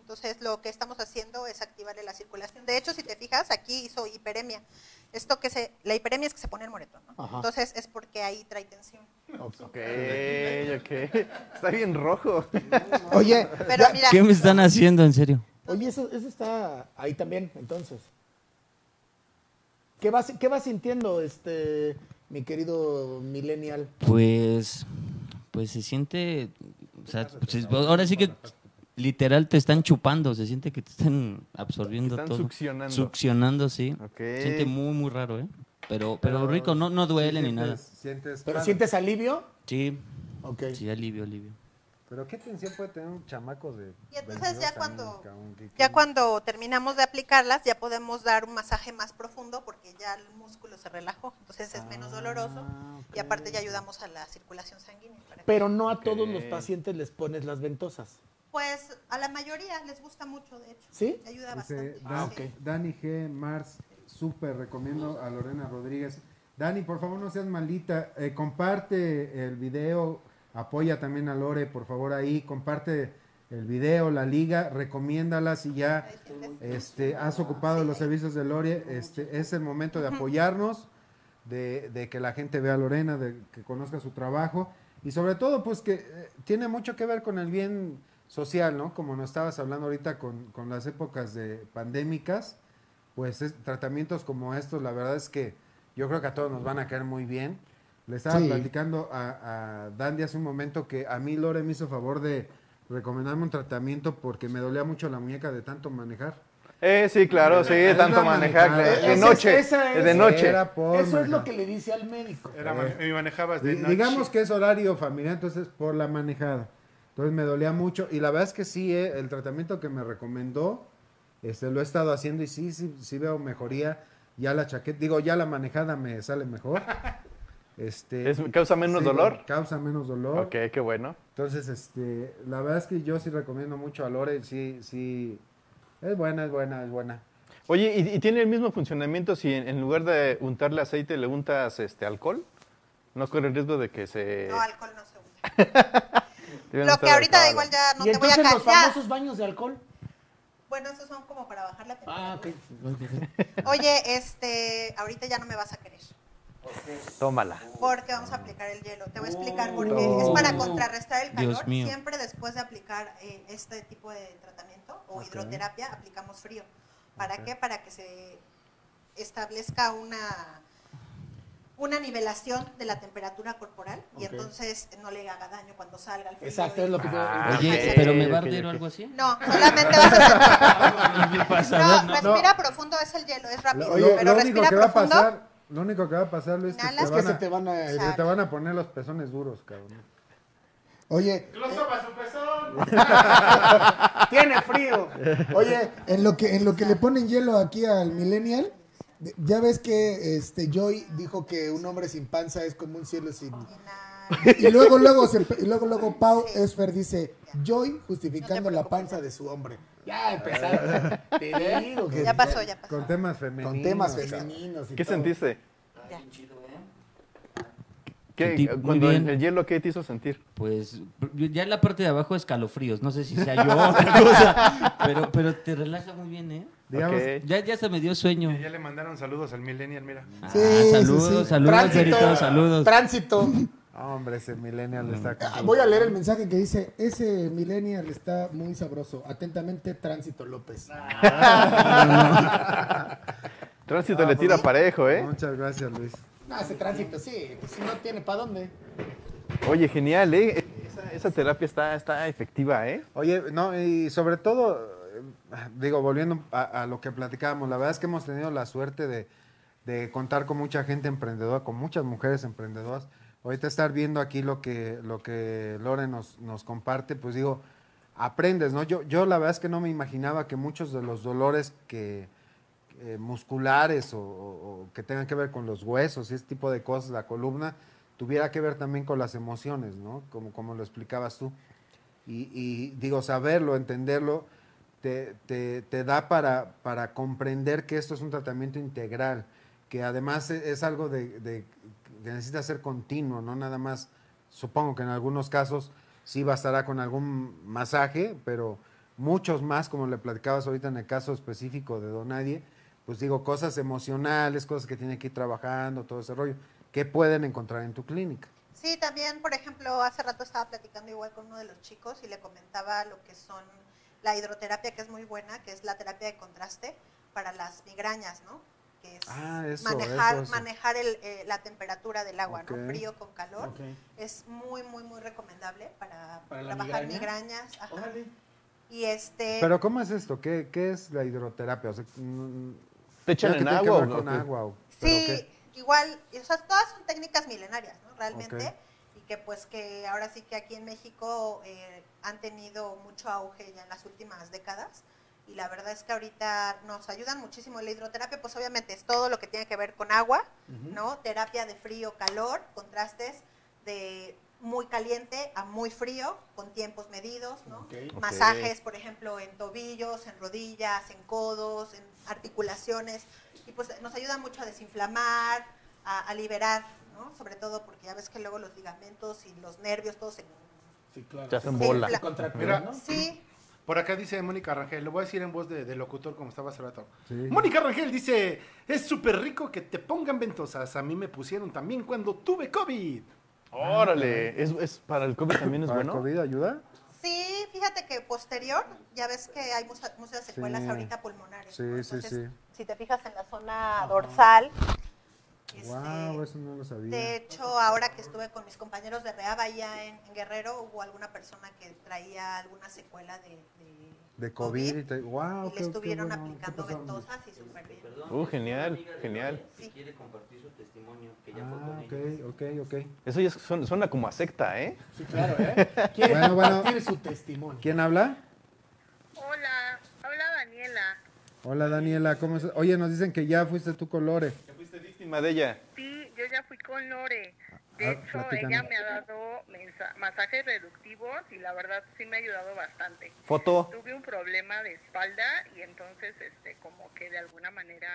S9: Entonces lo que estamos haciendo es activarle la circulación. De hecho, si te fijas, aquí hizo hiperemia. Esto que se, la hiperemia es que se pone el moretón, ¿no?
S12: Ajá.
S9: Entonces es porque ahí
S7: (laughs)
S9: trae tensión.
S5: Ok, ok. Está bien rojo.
S12: Oye,
S9: Pero mira,
S10: ¿Qué me están haciendo, en serio?
S7: Oye, eso, eso está ahí también, entonces. ¿Qué vas, qué vas sintiendo, este, mi querido millennial?
S10: Pues, pues se siente, o sea, pues, es- ahora sí que literal te están chupando, se siente que te están absorbiendo
S5: Te están
S10: todo.
S5: succionando.
S10: Succionando, sí.
S5: Ok.
S10: Se siente muy, muy raro, ¿eh? Pero, pero rico, no, no duele
S4: Sí,
S10: ni nada.
S4: sientes- sientes
S7: ¿Pero
S4: pan.
S7: sientes alivio?
S10: Sí,
S7: Ok.
S10: sí, alivio, alivio.
S4: Pero qué tensión puede tener un chamaco de.
S9: Y entonces
S4: 22
S9: ya
S4: años,
S9: cuando,
S4: cabrón, que-
S9: ya
S4: que-
S9: cuando terminamos de aplicarlas, ya podemos dar un masaje más profundo porque ya el músculo se relajó, entonces es
S7: Ah,
S9: menos doloroso y aparte ya ayudamos a la circulación sanguínea. para que-
S7: Pero no a todos los pacientes les pones las ventosas.
S9: pues a la mayoría les gusta mucho, de hecho.
S7: ¿Sí? Ah,
S9: Ayuda
S4: Dice
S9: bastante.
S4: Dan-
S9: sí.
S4: Dani G. Mars, súper recomiendo a Lorena Rodríguez. Dani, por favor, no seas malita. eh, comparte el video Apoya también a Lore, por favor, ahí. Comparte el video, la liga, recomiéndala si ya este, has ocupado los servicios de Lore. Este, es el momento de apoyarnos, de, de que la gente vea a Lorena, de que conozca su trabajo. Y sobre todo, pues que eh, tiene mucho que ver con el bien social, ¿no? Como nos estabas hablando ahorita con, con las épocas de pandémicas, pues es- tratamientos como estos, la verdad es que yo creo que a todos nos van a caer muy bien. Le estaba
S6: Sí.
S4: platicando a, a Dandy hace un momento que a mí Lore me hizo favor de recomendarme un tratamiento porque me dolía mucho la muñeca de tanto manejar.
S5: Eh, sí, claro, sí,
S4: Es
S5: tanto
S4: la
S5: manejar.
S4: manejada.
S5: De, de
S4: Esa es-
S5: noche,
S4: esa es-
S5: de noche.
S4: Era
S15: Oh
S4: por
S3: Eso es
S4: manejar.
S3: lo que le dice al médico.
S6: Era mane- y manejabas de
S4: Di-
S6: noche.
S4: Digamos que es horario familiar, entonces por la manejada. Entonces me dolía mucho. Y la verdad es que sí, eh, el tratamiento que me recomendó, este, lo he estado haciendo y sí, sí, sí veo mejoría. Ya la chaqueta, digo, ya la manejada me sale
S5: (laughs)
S4: mejor. Este,
S5: ¿Es- causa menos dolor?
S4: Causa menos dolor.
S5: Ok, qué bueno.
S4: Entonces, este, la verdad es que yo sí recomiendo mucho a Lore, sí, sí. Es buena, es buena, es buena.
S5: Oye, ¿y, y tiene el mismo funcionamiento si en, en lugar de untarle aceite le untas este alcohol? ¿No corre el riesgo de que se...
S9: No, alcohol no se usa.
S5: te vayan a
S9: Lo
S5: untar
S9: que ahorita
S5: alcohol?
S9: igual ya no
S7: y
S9: te voy a
S7: entonces los
S9: callar.
S7: famosos baños de alcohol.
S9: Bueno, esos son como para bajar la temperatura.
S7: Ah, ok.
S9: Oye, este, ahorita ya no me vas a querer.
S5: Tómala.
S9: Porque vamos a aplicar el hielo. Te voy a explicar por qué. Es
S7: Oh.
S9: para contrarrestar el
S5: Dios
S9: calor.
S5: mío.
S9: Siempre después de aplicar eh, este tipo de tratamiento o
S5: Ok.
S9: hidroterapia, aplicamos frío. ¿Para
S5: Ok.
S9: qué? Para que se establezca una, una nivelación de la temperatura corporal y
S3: Ok.
S9: entonces no le haga daño cuando salga el frío.
S3: Exacto, es lo que yo-
S10: Ah, Oye, ok, pero ¿me va a ok, arder o ok. algo así?
S9: No, solamente vas
S3: (laughs)
S9: a
S10: ¿Qué
S9: sentir.
S10: pasa?
S9: No,
S10: No, no.
S9: respira profundo, es el hielo, es rápido.
S4: Lo, lo-
S9: pero
S4: lo único
S9: respira
S4: que va a
S9: profundo.
S4: pasar, lo único que va a pasar, Luis, que
S9: Inhalas.
S4: te
S9: Es que
S4: van
S9: se
S4: a-
S9: te van a-
S4: se te van a poner los pezones duros, cabrón.
S3: Oye,
S6: su pezón!
S3: Tiene frío.
S15: Oye, en lo que en lo que le ponen hielo aquí al millennial, de- ya ves que este Joy dijo que un hombre sin panza es como un cielo sin y luego luego se- y luego luego Pau Esfer dice Joy justificando la panza de su hombre.
S3: Ya empezaron. Te digo que-
S9: Ya pasó, ya pasó.
S4: Con temas femeninos.
S3: Con temas femeninos y
S5: ¿Qué
S3: todo.
S5: sentiste?
S9: Ya.
S5: ¿Qué-
S10: Sentí muy
S5: cuando el,
S10: bien.
S5: el hielo qué te hizo sentir?
S10: Pues ya en la parte de abajo escalofríos, no sé si sea yo o otra cosa, pero, pero te relaja muy bien, ¿eh?
S6: Digamos-
S10: Ya, ya se me dio sueño.
S6: (laughs) Ya le mandaron saludos al Millennial, mira.
S10: Ah, Sí, saludos, sí, sí. saludos, Berito, saludos.
S3: Tránsito.
S4: Hombre, ese millennial está
S15: Ah, Voy a leer el mensaje que dice, ese millennial está muy sabroso. Atentamente, Tránsito López.
S4: Ah,
S5: Tránsito
S4: pues
S5: le tira parejo, ¿eh?
S4: Muchas gracias, Luis.
S3: No, ese tránsito sí, pues no tiene para dónde.
S5: Oye, genial, ¿eh? Esa, esa terapia está, está efectiva, ¿eh?
S4: Oye, no, y sobre todo, eh, digo, volviendo a, a lo que platicábamos, la verdad es que hemos tenido la suerte de, de contar con mucha gente emprendedora, con muchas mujeres emprendedoras. Ahorita estar viendo aquí lo que, lo que Lore nos, nos comparte, pues digo, aprendes, ¿no? Yo, yo la verdad es que no me imaginaba que muchos de los dolores que, eh, musculares o, o- o que tengan que ver con los huesos y ese tipo de cosas, la columna, tuviera que ver también con las emociones, ¿no? Como, como lo explicabas tú. Y, y digo, saberlo, entenderlo, te, te- te da para, para comprender que esto es un tratamiento integral, que además e- es, algo de, de- que necesita ser continuo, no nada más, supongo que en algunos casos sí bastará con algún masaje, pero muchos más, como le platicabas ahorita en el caso específico de Donadie, pues digo, cosas emocionales, cosas que tiene que ir trabajando, todo ese rollo, que pueden encontrar en tu clínica.
S9: Sí, también, por ejemplo, hace rato estaba platicando igual con uno de los chicos y le comentaba lo que son la hidroterapia, que es muy buena, que es la terapia de contraste para las migrañas, ¿no? Que es
S4: Ah, eso,
S9: manejar,
S4: eso, eso.
S9: manejar el, eh, la temperatura del agua,
S4: Ok.
S9: ¿no? Frío con calor.
S4: Ok.
S9: Es muy, muy, muy recomendable para,
S3: ¿Para la
S9: trabajar
S3: migraña?
S9: migrañas. ajá. Y este...
S4: Pero ¿cómo es esto? ¿Qué, qué es la hidroterapia? O sea, mm,
S5: ¿Te echan
S4: creo que
S5: en
S4: tiene que
S5: agua
S4: ver
S5: o
S4: con
S5: qué?
S4: agua, o- pero
S9: Sí,
S4: ¿qué?
S9: igual, o sea, todas son técnicas milenarias, ¿no? Realmente. Y que pues que ahora sí que aquí en México eh, han tenido mucho auge ya en las últimas décadas. Y la verdad es que ahorita nos ayudan muchísimo la hidroterapia, pues obviamente es todo lo que tiene que ver con agua,
S8: Ujú.
S9: ¿no? Terapia de frío, calor, contrastes de muy caliente a muy frío, con tiempos medidos, ¿no?
S8: Ok.
S9: Masajes,
S8: Ok.
S9: por ejemplo, en tobillos, en rodillas, en codos, en articulaciones y pues nos ayuda mucho a desinflamar, a, a liberar ¿no? Sobre todo porque ya ves que luego los ligamentos y los nervios, todo se...
S16: Sí, claro.
S5: Te hacen bola.
S9: infla.
S6: Mira,
S9: Sí,
S6: Por acá dice Mónica Rangel, lo voy a decir en voz de, de locutor como estaba hace rato.
S4: Sí.
S6: Mónica Rangel dice, es súper rico que te pongan ventosas, a mí me pusieron también cuando tuve COVID.
S5: Órale, es, es- para el COVID también es
S6: ¿Para
S5: bueno.
S4: COVID ayuda?
S9: sí, fíjate que posterior, ya ves que hay mucha- muchas secuelas
S4: Sí.
S9: ahorita pulmonares.
S4: Sí,
S9: ¿no?
S4: sí,
S9: Entonces,
S4: sí.
S9: Si te fijas en la zona dorsal,
S4: Wow, eso no lo sabía.
S9: Este, De hecho, ahora que estuve con mis compañeros de Reaba allá en, en Guerrero, hubo alguna persona que traía alguna secuela de, de-
S4: De COVID y Ah, tal. Wow,
S9: y le estuvieron aplicando ventosas y súper bien.
S5: Uh, genial, genial.
S10: Que quiere compartir su testimonio, que ya
S4: Ah, ok, ok, ok.
S5: Eso ya suena, suena como a secta, ¿eh?
S4: Sí, claro, ¿eh? ¿Quiere Bueno, bueno. compartir su
S5: testimonio.
S4: ¿Quién habla?
S8: Hola, habla Daniela.
S4: Hola Daniela, ¿cómo estás? Oye, nos dicen que ya fuiste tú colore.
S5: Fuiste víctima de ella.
S8: Sí, yo ya fui con Lore. De
S4: Ah,
S8: hecho,
S4: platícanos.
S8: ella me ha dado mensa- masajes reductivos y la verdad sí me ha ayudado bastante.
S5: Foto.
S8: Tuve un problema de espalda y entonces, este, como que de alguna manera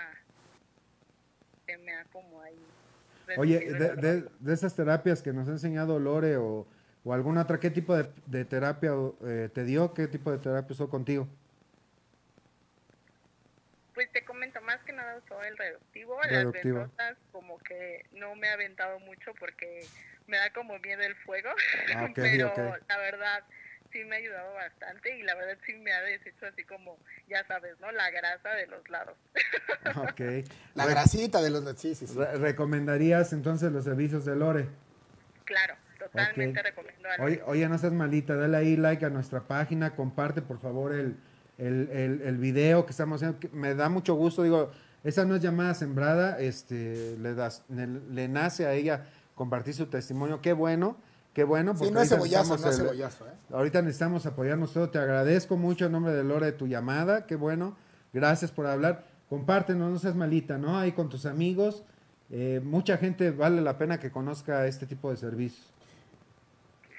S8: se me ha como ahí.
S4: Oye,
S8: reducido el
S4: de,
S8: dolor.
S4: de- de esas terapias que nos ha enseñado Lore o, o alguna otra, ¿qué tipo de, de terapia eh, te dio? ¿Qué tipo de terapia usó contigo?
S8: Pues te comento, más que nada usó el reductivo.
S4: Reductivo.
S8: Las ventosas como que no me ha aventado mucho porque me da como miedo el fuego.
S4: Ah, ok,
S8: Pero
S4: ok.
S8: la verdad sí me ha ayudado bastante y la verdad sí me ha deshecho así como, ya sabes, ¿no? La grasa de los lados.
S4: (laughs) Ok.
S3: La grasita de los sí, sí, sí.
S4: Re- ¿Recomendarías entonces los servicios de Lore?
S8: Claro, totalmente
S4: Ok.
S8: recomiendo. a la-
S4: Oye, oye, no seas malita, dale ahí like a nuestra página, comparte por favor el, el, el- el video que estamos haciendo. que Me da mucho gusto, digo, esa no es llamada sembrada, este, le, das, le, le nace a ella compartir su testimonio, qué bueno, qué bueno.
S3: Sí,
S4: porque
S3: no es
S4: ahorita
S3: cebollazo,
S4: necesitamos
S3: no es
S4: el-
S3: cebollazo, ¿eh?
S4: Ahorita necesitamos apoyarnos todos, te agradezco mucho en nombre de Lore tu llamada, qué bueno, gracias por hablar, compártenos, no seas malita, ¿no? Ahí con tus amigos, eh, mucha gente vale la pena que conozca este tipo de servicios.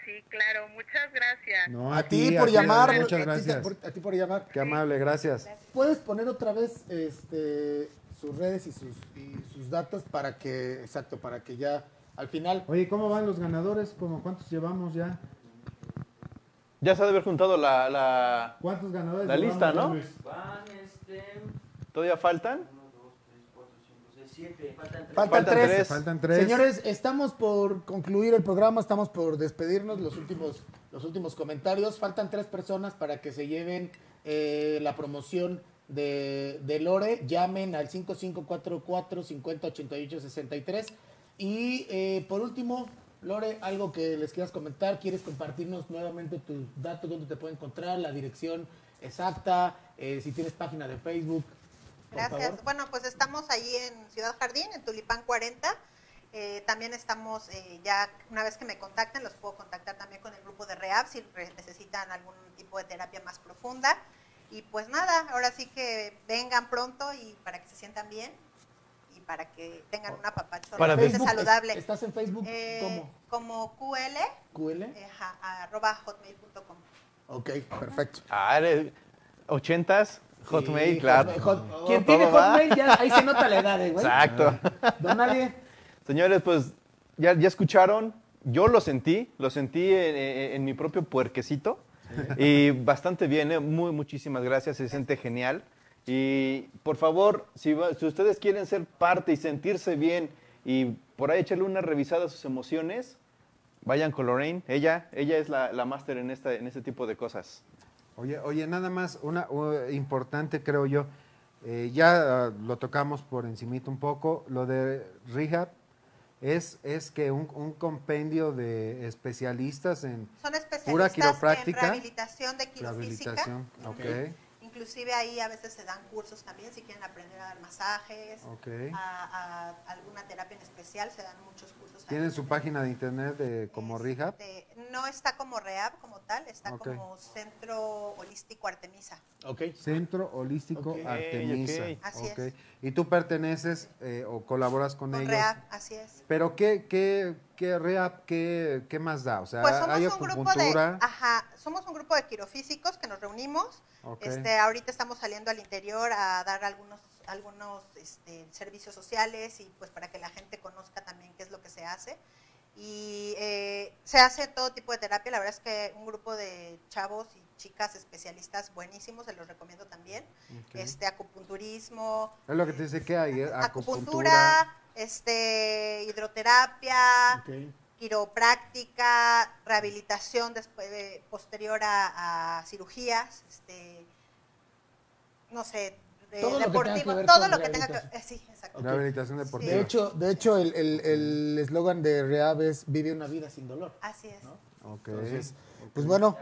S8: Sí, claro, muchas gracias.
S4: No,
S3: A ti por
S4: ti,
S3: llamar,
S4: Adrián,
S3: a
S4: Muchas
S3: ti te-
S4: gracias.
S3: por- a ti por llamar.
S4: Qué amable, gracias.
S3: ¿Puedes poner otra vez este, sus redes y sus, y sus datos para que, exacto, para que ya al final...
S4: Oye, ¿cómo van los ganadores? ¿Cómo cuántos llevamos ya?
S5: Ya se ha de haber juntado la, la,
S4: ¿Cuántos ganadores?
S5: la
S4: llevamos,
S5: lista, ¿no?
S4: Luis?
S10: Van, este,
S5: ¿Todavía faltan?
S10: siete, faltan tres.
S3: Faltan,
S5: Faltan
S3: tres.
S5: tres. Faltan tres.
S3: Señores, estamos por concluir el programa, estamos por despedirnos. Los últimos, los últimos comentarios. Faltan tres personas para que se lleven eh, la promoción de, de Lore. Llamen al 5544-5088-63. Y eh, por último, Lore, algo que les quieras comentar. ¿Quieres compartirnos nuevamente tus datos, dónde te pueden encontrar, la dirección exacta, eh, si tienes página de Facebook? por favor?
S9: Gracias. Bueno, pues estamos allí en Ciudad Jardín, en Tulipán 40. Eh, también estamos, eh, ya una vez que me contacten, los puedo contactar también con el grupo de REAP si re- necesitan algún tipo de terapia más profunda. Y pues nada, ahora sí que vengan pronto y para que se sientan bien y para que tengan una papacho
S3: Para
S9: realmente
S3: Facebook,
S9: saludable.
S3: es- ¿estás en Facebook
S9: Eh, Como QL,
S3: QL.
S9: ajá, arroba hotmail.com.
S3: Ok, perfecto.
S5: Ah, eres- ochentas, Hotmail,
S3: Sí,
S5: claro.
S3: Hotmail, Hot-
S5: Todo
S3: Quien tiene
S5: va.
S3: Hotmail, ya ahí se nota la edad, eh, güey.
S5: Exacto.
S3: Don Nadie.
S5: Señores, pues ya, ya escucharon, yo lo sentí, lo sentí en, en- en mi propio puerquecito y bastante bien, ¿eh? muy muchísimas gracias, se siente genial. Y por favor, si, va- si ustedes quieren ser parte y sentirse bien y por ahí echarle una revisada a sus emociones, vayan con Lorraine, ella, ella es la, la máster en, esta- en este tipo de cosas.
S4: Oye, oye, nada más, una u- importante creo yo, eh, ya ah, lo tocamos por encimita un poco, lo de rehab es, es que un, un compendio de especialistas en
S9: Son
S4: pura
S9: especialistas en
S4: quiropráctica.
S9: rehabilitación de quirofísica.
S4: Rehabilitación,
S9: Ujú.
S4: ok.
S9: Inclusive ahí a veces se dan cursos también si quieren aprender a dar masajes,
S4: Ok.
S9: a, a alguna terapia en especial, se dan muchos cursos. ahí.
S4: Tienen su página de internet de como rehab.
S9: Este, no está como rehab como tal, está
S4: Ok.
S9: como Centro Holístico Artemisa.
S4: Centro Holístico
S9: Ok,
S4: Artemisa.
S9: ok. Así es.
S4: Ok. Y tú perteneces eh, o colaboras con,
S9: Con
S4: ellos.
S9: rehab, así es.
S4: Pero ¿qué, qué, ¿qué, rehab, qué, qué más da? O sea,
S9: Pues somos
S4: hay
S9: un grupo de,
S4: acupuntura.
S9: ajá, somos un grupo de quirofísicos que nos reunimos.
S4: Ok.
S9: Este, ahorita estamos saliendo al interior a dar algunos, algunos este, servicios sociales y pues para que la gente conozca también qué es lo que se hace. Y eh, se hace todo tipo de terapia. La verdad es que un grupo de chavos y chicas especialistas buenísimos, se los recomiendo también.
S4: Ok.
S9: Este, acupunturismo,
S4: Es lo que te dice que hay, eh,
S9: acupuntura,
S4: acupuntura.
S9: este, hidroterapia
S4: Ok.
S9: quiropráctica, rehabilitación después de- posterior a, a cirugías, este, no sé, de-
S12: Todo lo que tenga que
S9: deportivo,
S12: ver
S9: todo
S12: con
S9: lo que tenga que
S12: rehabilitación.
S9: eh, sí, exacto.
S4: Ok. Rehabilitación deportiva.
S3: De hecho, de hecho el- el el eslogan de Rehab es vive una vida sin dolor.
S9: Así es.
S4: Ok.
S3: Entonces, pues bueno,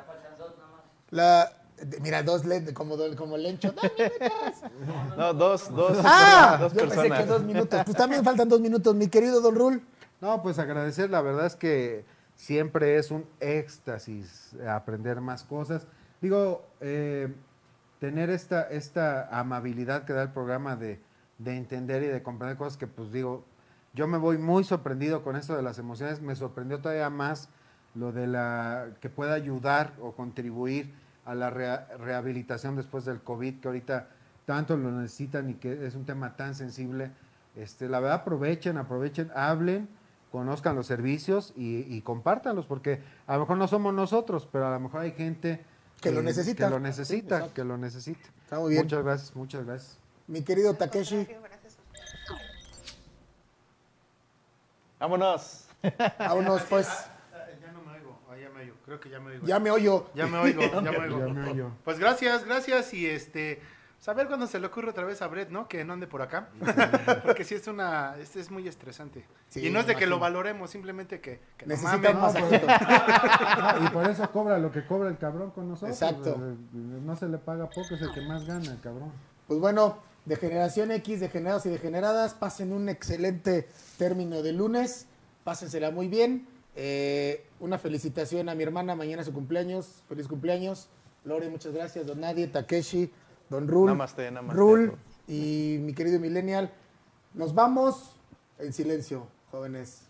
S3: la, de- mira, dos led, como, do- como
S5: (laughs)
S3: lencho. ¡Dos minutos!
S5: No, dos, dos.
S3: ¡Ah!
S5: dos
S3: yo pensé
S5: personas.
S3: que dos minutos. Pues también faltan dos minutos, mi querido Don Rul.
S4: No, pues agradecer, la verdad es que siempre es un éxtasis eh, aprender más cosas. Digo, eh, tener esta, esta amabilidad que da el programa de, de entender y de comprender cosas que, pues digo, yo me voy muy sorprendido con esto de las emociones, me sorprendió todavía más lo de la que pueda ayudar o contribuir a la rea- rehabilitación después del COVID, que ahorita tanto lo necesitan y que es un tema tan sensible. Este, la verdad, aprovechen, aprovechen, hablen, conozcan los servicios y, y compártanlos, porque a lo mejor no somos nosotros, pero a lo mejor hay gente
S3: Que lo necesita.
S4: Que lo necesita,
S3: Exacto.
S4: que lo necesita.
S3: Está muy bien.
S4: Muchas gracias, muchas gracias.
S3: Mi querido Takeshi.
S5: Vámonos.
S3: Vámonos, pues.
S6: Ya no me oigo, ah, ya me oigo, creo que ya me oigo.
S3: Ya me oyo.
S6: Ya me
S3: (laughs)
S6: oigo, ya me oigo.
S4: Ya me oyo.
S6: Pues gracias, gracias y este, saber cuándo se le ocurre otra vez a Brett, ¿no? Que no ande por acá, (laughs) porque sí es una, este es muy estresante.
S4: Sí,
S6: y no es de
S4: me
S6: que lo
S4: imagino.
S6: valoremos, simplemente que, que no
S4: Necesita
S6: mames,
S4: un
S6: ¿no?
S4: masajito. Ah, y por eso cobra lo que cobra el cabrón con nosotros.
S3: Exacto.
S4: Eh, No se le paga poco, es el que más gana el cabrón.
S3: Pues bueno, de generación X, degenerados y degeneradas, pasen un excelente término de lunes, pásensela muy bien. Eh, una felicitación a mi hermana, mañana es su cumpleaños, feliz cumpleaños. Lore, muchas gracias, don Nadie, Takeshi, don Rul,
S5: Namaste, namaste a
S3: Rul
S5: todos.
S3: y mi querido Millennial. Nos vamos en silencio, jóvenes.